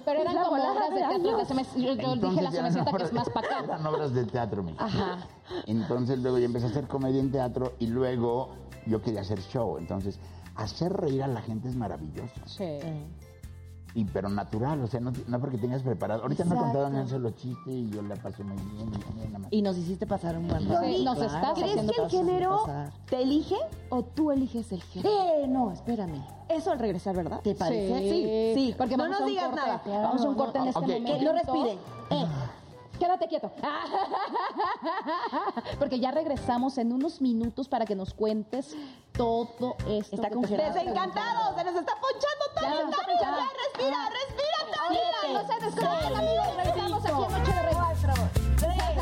[SPEAKER 2] Pero eran
[SPEAKER 4] La
[SPEAKER 2] como
[SPEAKER 4] volada
[SPEAKER 2] obras de
[SPEAKER 4] de
[SPEAKER 2] teatro que
[SPEAKER 4] años.
[SPEAKER 2] se me, Ah, yo, yo
[SPEAKER 6] Entonces
[SPEAKER 2] dije la
[SPEAKER 6] eran
[SPEAKER 2] cenicienta que
[SPEAKER 6] obras-
[SPEAKER 2] es más para acá.
[SPEAKER 6] Eran obras de teatro, mija. Entonces luego yo empecé a hacer comedia en teatro y luego yo quería hacer show. Entonces, hacer reír a la gente es maravilloso.
[SPEAKER 2] Sí.
[SPEAKER 6] Y pero natural, o sea, no, no porque tengas preparado. Ahorita no contaban un solo chiste y yo la paso muy bien. y nada más.
[SPEAKER 7] Y nos hiciste pasar un buen rato.
[SPEAKER 2] Sí, nos estás
[SPEAKER 7] ¿Crees
[SPEAKER 2] haciendo
[SPEAKER 7] que el
[SPEAKER 3] género-
[SPEAKER 7] género?
[SPEAKER 3] ¿Te elige o tú eliges el género?
[SPEAKER 7] Eh, no, espérame.
[SPEAKER 3] Eso al regresar, ¿verdad?
[SPEAKER 7] ¿Te parece?
[SPEAKER 2] Sí, sí. Porque
[SPEAKER 3] No
[SPEAKER 2] vamos
[SPEAKER 3] nos
[SPEAKER 2] a un
[SPEAKER 3] digas
[SPEAKER 2] corte.
[SPEAKER 3] nada.
[SPEAKER 7] Claro,
[SPEAKER 2] vamos a un
[SPEAKER 7] no.
[SPEAKER 2] corte en este
[SPEAKER 6] Ok.
[SPEAKER 2] momento.
[SPEAKER 7] Que no respire. Eh,
[SPEAKER 2] Quédate quieto. Porque ya regresamos en unos minutos para que nos cuentes todo esto.
[SPEAKER 7] Está
[SPEAKER 2] que te
[SPEAKER 7] congelado.
[SPEAKER 2] estaba
[SPEAKER 3] ¡Desencantados! ¡Se nos está ponchando
[SPEAKER 2] Ya,
[SPEAKER 3] todo!
[SPEAKER 2] ya,
[SPEAKER 3] ¡Tami,
[SPEAKER 2] ya.
[SPEAKER 3] ya! Ah, ¡Respira, respira, Tami!
[SPEAKER 2] Mira, no se desconecten, amigos. Regresamos aquí en Noche de Reyes.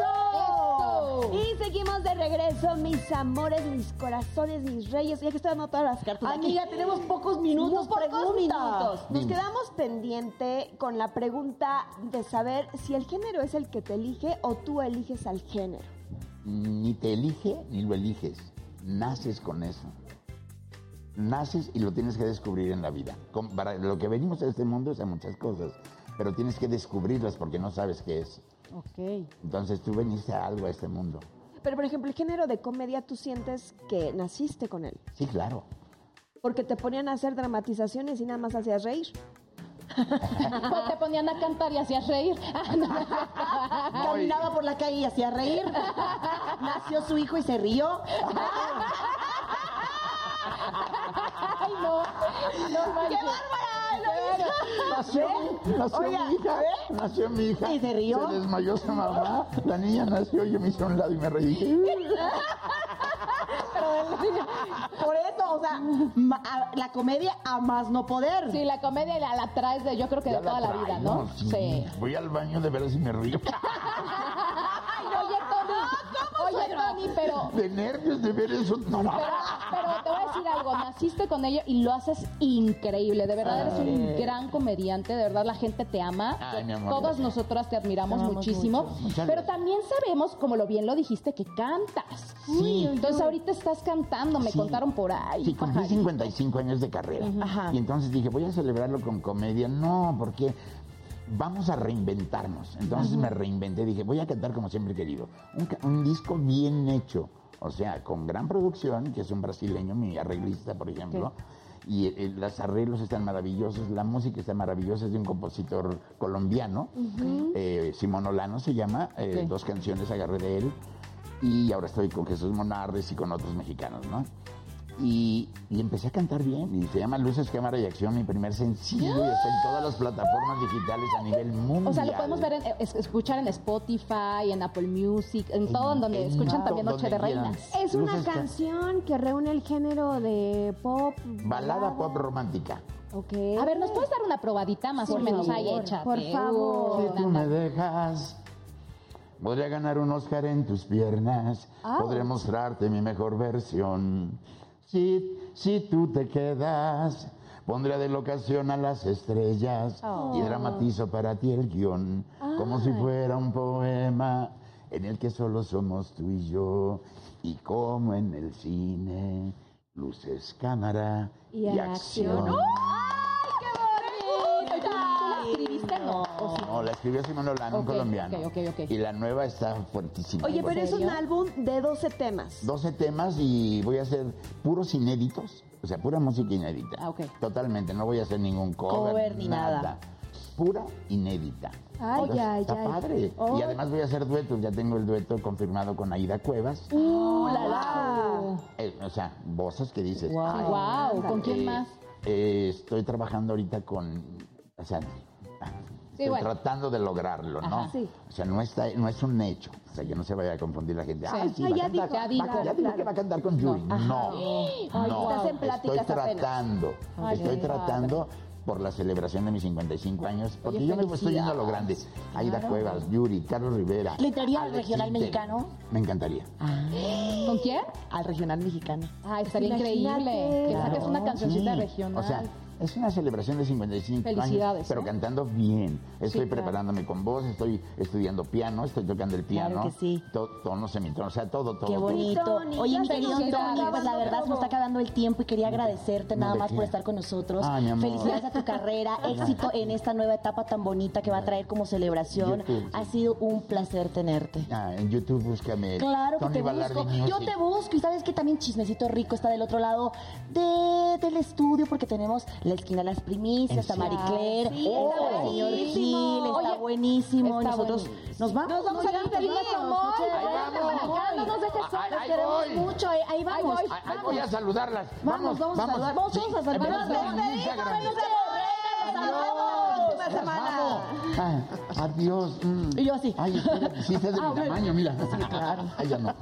[SPEAKER 3] ¡Eso! Y seguimos de regreso, mis amores, mis corazones, mis reyes. Ya que estoy dando todas las cartas. aquí.
[SPEAKER 7] Amiga, tenemos pocos minutos,
[SPEAKER 3] Muy pocos
[SPEAKER 7] pregunta.
[SPEAKER 3] minutos. Nos
[SPEAKER 6] Dime.
[SPEAKER 3] quedamos pendiente con la pregunta de saber si el género es el que te elige o tú eliges al género.
[SPEAKER 6] Ni te elige ni lo eliges. Naces con eso. Naces y lo tienes que descubrir en la vida. Con- para lo que venimos a este mundo es a muchas cosas, pero tienes que descubrirlas porque no sabes qué es.
[SPEAKER 2] Ok.
[SPEAKER 6] Entonces tú veniste a algo a este mundo.
[SPEAKER 3] Pero, por ejemplo, el género de comedia, tú sientes que naciste con él.
[SPEAKER 6] Sí, claro.
[SPEAKER 3] Porque te ponían a hacer dramatizaciones y nada más hacías reír.
[SPEAKER 2] Pues te ponían a cantar y hacías reír. Ah, no.
[SPEAKER 7] Caminaba por la calle y hacía reír. Nació su hijo y se rió.
[SPEAKER 2] Ay, no. No manches.
[SPEAKER 6] Nació, mi- nació mi hija. Nació mi hija.
[SPEAKER 7] ¿eh? ¿Y se rió?
[SPEAKER 6] Se desmayó su mamá. La niña nació, yo me hice a un lado y me reí.
[SPEAKER 7] Por eso, o sea, ma- a- la comedia a más no poder.
[SPEAKER 2] Sí, la comedia la, la traes de, yo creo que
[SPEAKER 6] Ya
[SPEAKER 2] de toda la,
[SPEAKER 6] traigo,
[SPEAKER 2] vida, ¿no?
[SPEAKER 6] sí. Voy al baño de veras y me río.
[SPEAKER 2] Oye, Tony. Oye, Tony, pero
[SPEAKER 6] De nervios de ver eso. No, no.
[SPEAKER 2] Pero, pero te voy a decir algo, naciste con ello y lo haces increíble, de verdad eres un gran comediante, de verdad la gente te ama,
[SPEAKER 6] Ay, mi amor,
[SPEAKER 2] todas
[SPEAKER 6] gracias.
[SPEAKER 2] nosotras te admiramos
[SPEAKER 7] Te amamos
[SPEAKER 2] muchísimo,
[SPEAKER 7] mucho.
[SPEAKER 6] Muchas
[SPEAKER 2] pero
[SPEAKER 6] gracias.
[SPEAKER 2] también sabemos, como lo bien lo dijiste, que cantas.
[SPEAKER 6] Sí.
[SPEAKER 2] Entonces ahorita estás cantando, me
[SPEAKER 6] Sí.
[SPEAKER 2] contaron por ahí.
[SPEAKER 6] Sí, cumplí
[SPEAKER 2] pajarito.
[SPEAKER 6] 55 años de carrera.
[SPEAKER 7] Ajá.
[SPEAKER 6] Y entonces dije, voy a celebrarlo con comedia. No, porque vamos a reinventarnos. Entonces me reinventé. Dije, voy a cantar como siempre he querido. Un, ca- un disco bien hecho. O sea, con gran producción, que es un brasileño, mi arreglista, por ejemplo. Y eh, los arreglos están maravillosos, la música está maravillosa, es de un compositor colombiano, eh, Simón Olano se llama, eh, dos canciones agarré de él, y ahora estoy con Jesús Monardes y con otros mexicanos, ¿no? y, y empecé a cantar bien. Y se llama Luces, Cámara y Acción, mi primer sencillo. Y está en todas las plataformas digitales a nivel mundial.
[SPEAKER 2] O sea, lo podemos ver, en- es- escuchar en Spotify, en Apple Music, en todo en donde
[SPEAKER 6] en
[SPEAKER 2] escuchan
[SPEAKER 6] todo,
[SPEAKER 2] también Noche de
[SPEAKER 6] donde quieran.
[SPEAKER 2] Reinas.
[SPEAKER 3] Es una
[SPEAKER 6] Luces, ca-
[SPEAKER 3] canción que reúne el género de pop.
[SPEAKER 6] Balada pop romántica.
[SPEAKER 3] Ok.
[SPEAKER 2] A ver, ¿nos puedes dar una probadita más o menos ahí? Échate.
[SPEAKER 3] Por favor.
[SPEAKER 2] una,
[SPEAKER 6] Si tú me dejas, podría ganar un Oscar en tus piernas. Podré mostrarte mi mejor versión. Si, si tú te quedas, pondré de locación a las estrellas y dramatizo para ti el guión, como si fuera un poema en el que solo somos tú y yo. Y como en el cine, luces, cámara y, acción.
[SPEAKER 2] Oye, ¿tú la escribiste? No. ¿O sí?
[SPEAKER 6] No, la escribió Simón Olano, un
[SPEAKER 2] Ok,
[SPEAKER 6] colombiano.
[SPEAKER 2] ok, ok, ok.
[SPEAKER 6] Y la nueva está fuertísima.
[SPEAKER 3] Oye,
[SPEAKER 6] Bueno,
[SPEAKER 3] pero es un álbum de 12 temas.
[SPEAKER 6] 12 temas y voy a hacer puros inéditos, o sea, pura música inédita.
[SPEAKER 2] Ah, ok.
[SPEAKER 6] Totalmente, no voy a hacer ningún cover,
[SPEAKER 7] Cover ni nada.
[SPEAKER 6] Pura inédita.
[SPEAKER 3] Ay,
[SPEAKER 6] Entonces,
[SPEAKER 3] ay,
[SPEAKER 6] está
[SPEAKER 3] ay.
[SPEAKER 6] padre. Y además voy a hacer duetos, ya tengo el dueto confirmado con Aida Cuevas. Eh, o sea, voces que dices. ay,
[SPEAKER 2] Wow, ¿con quién
[SPEAKER 6] eh,
[SPEAKER 2] más?
[SPEAKER 6] eh, estoy trabajando ahorita con. O sea, ah, estoy
[SPEAKER 2] bueno.
[SPEAKER 6] tratando de lograrlo, ¿no?
[SPEAKER 2] Ajá.
[SPEAKER 3] Sí.
[SPEAKER 6] O sea, no, está, no es un hecho. O sea, que no se vaya a confundir la gente. Ah, sí,
[SPEAKER 2] Ah,
[SPEAKER 6] va a
[SPEAKER 2] ya
[SPEAKER 6] cantar,
[SPEAKER 2] dijo, ya
[SPEAKER 6] va-
[SPEAKER 2] dijo,
[SPEAKER 6] ya dijo que va a cantar con Yuri. No. no.
[SPEAKER 3] estás en pláticas
[SPEAKER 6] estoy
[SPEAKER 3] apenas.
[SPEAKER 6] tratando.
[SPEAKER 2] Ay,
[SPEAKER 6] estoy
[SPEAKER 2] qué padre.
[SPEAKER 6] tratando por la celebración de mis 55 años, porque yo me estoy yendo a lo grande. Aida Cuevas, Yuri, Carlos Rivera.
[SPEAKER 1] ¿Letería al
[SPEAKER 6] Alex
[SPEAKER 1] regional
[SPEAKER 6] Sintek.
[SPEAKER 1] mexicano?
[SPEAKER 6] Me encantaría.
[SPEAKER 2] ¿Con quién?
[SPEAKER 1] Al regional mexicano.
[SPEAKER 2] Ah, estaría increíble. Que saques una cancioncita
[SPEAKER 6] sí.
[SPEAKER 2] regional.
[SPEAKER 6] O sea, es una celebración de 55 años,
[SPEAKER 2] Felicidades,
[SPEAKER 6] pero
[SPEAKER 2] ¿no?
[SPEAKER 6] cantando bien. Estoy
[SPEAKER 2] claro.
[SPEAKER 6] preparándome con voz, estoy estudiando piano, estoy tocando el piano.
[SPEAKER 1] Claro que sí.
[SPEAKER 6] to- tonos, semitonos, o sea, todo, todo.
[SPEAKER 1] Qué
[SPEAKER 6] todo.
[SPEAKER 1] bonito.
[SPEAKER 3] Tony,
[SPEAKER 1] Oye, mi
[SPEAKER 3] ya
[SPEAKER 1] querido
[SPEAKER 2] se nos está
[SPEAKER 1] Tony, pues la
[SPEAKER 3] acabando
[SPEAKER 1] verdad se nos está acabando el tiempo y quería agradecerte
[SPEAKER 6] No,
[SPEAKER 1] nada
[SPEAKER 6] ¿de
[SPEAKER 1] más
[SPEAKER 6] qué?
[SPEAKER 1] por estar con nosotros.
[SPEAKER 6] Ay, mi amor.
[SPEAKER 1] Felicidades a tu carrera, éxito en esta nueva etapa tan bonita que va a traer como celebración.
[SPEAKER 6] Yo te-
[SPEAKER 1] Ha sido un placer tenerte.
[SPEAKER 6] Ah, en YouTube búscame.
[SPEAKER 1] Claro que
[SPEAKER 6] Tony
[SPEAKER 1] te
[SPEAKER 6] Balardi
[SPEAKER 1] busco.
[SPEAKER 6] Music.
[SPEAKER 1] Yo te busco y sabes que también Chismecito Rico está del otro lado de, del estudio porque tenemos la esquina de las primicias, está Marie Claire, está el señor Gil, está
[SPEAKER 2] Oye,
[SPEAKER 1] buenísimo. Y
[SPEAKER 2] está
[SPEAKER 1] nosotros
[SPEAKER 2] buenísimo.
[SPEAKER 1] nos vamos.
[SPEAKER 2] Nos vamos a dar feliz amor.
[SPEAKER 1] Ahí
[SPEAKER 2] Vente para
[SPEAKER 1] vamos.
[SPEAKER 2] acá, no nos dejes
[SPEAKER 6] Ay,
[SPEAKER 2] solas.
[SPEAKER 6] ay,
[SPEAKER 2] Queremos
[SPEAKER 6] voy.
[SPEAKER 1] Mucho, eh, ahí vamos.
[SPEAKER 2] voy.
[SPEAKER 6] Ay, ay, voy a saludarlas.
[SPEAKER 1] Vamos, vamos, a saludar. Vamos,
[SPEAKER 6] Sí,
[SPEAKER 1] vamos a saludar.
[SPEAKER 6] vemos en Instagram. Las amo. Ah, adiós. mm.
[SPEAKER 1] Y yo así. Ah,
[SPEAKER 6] Ay, espérate, sí, está de mi tamaño, mira.
[SPEAKER 1] claro.
[SPEAKER 6] Ay, ya no.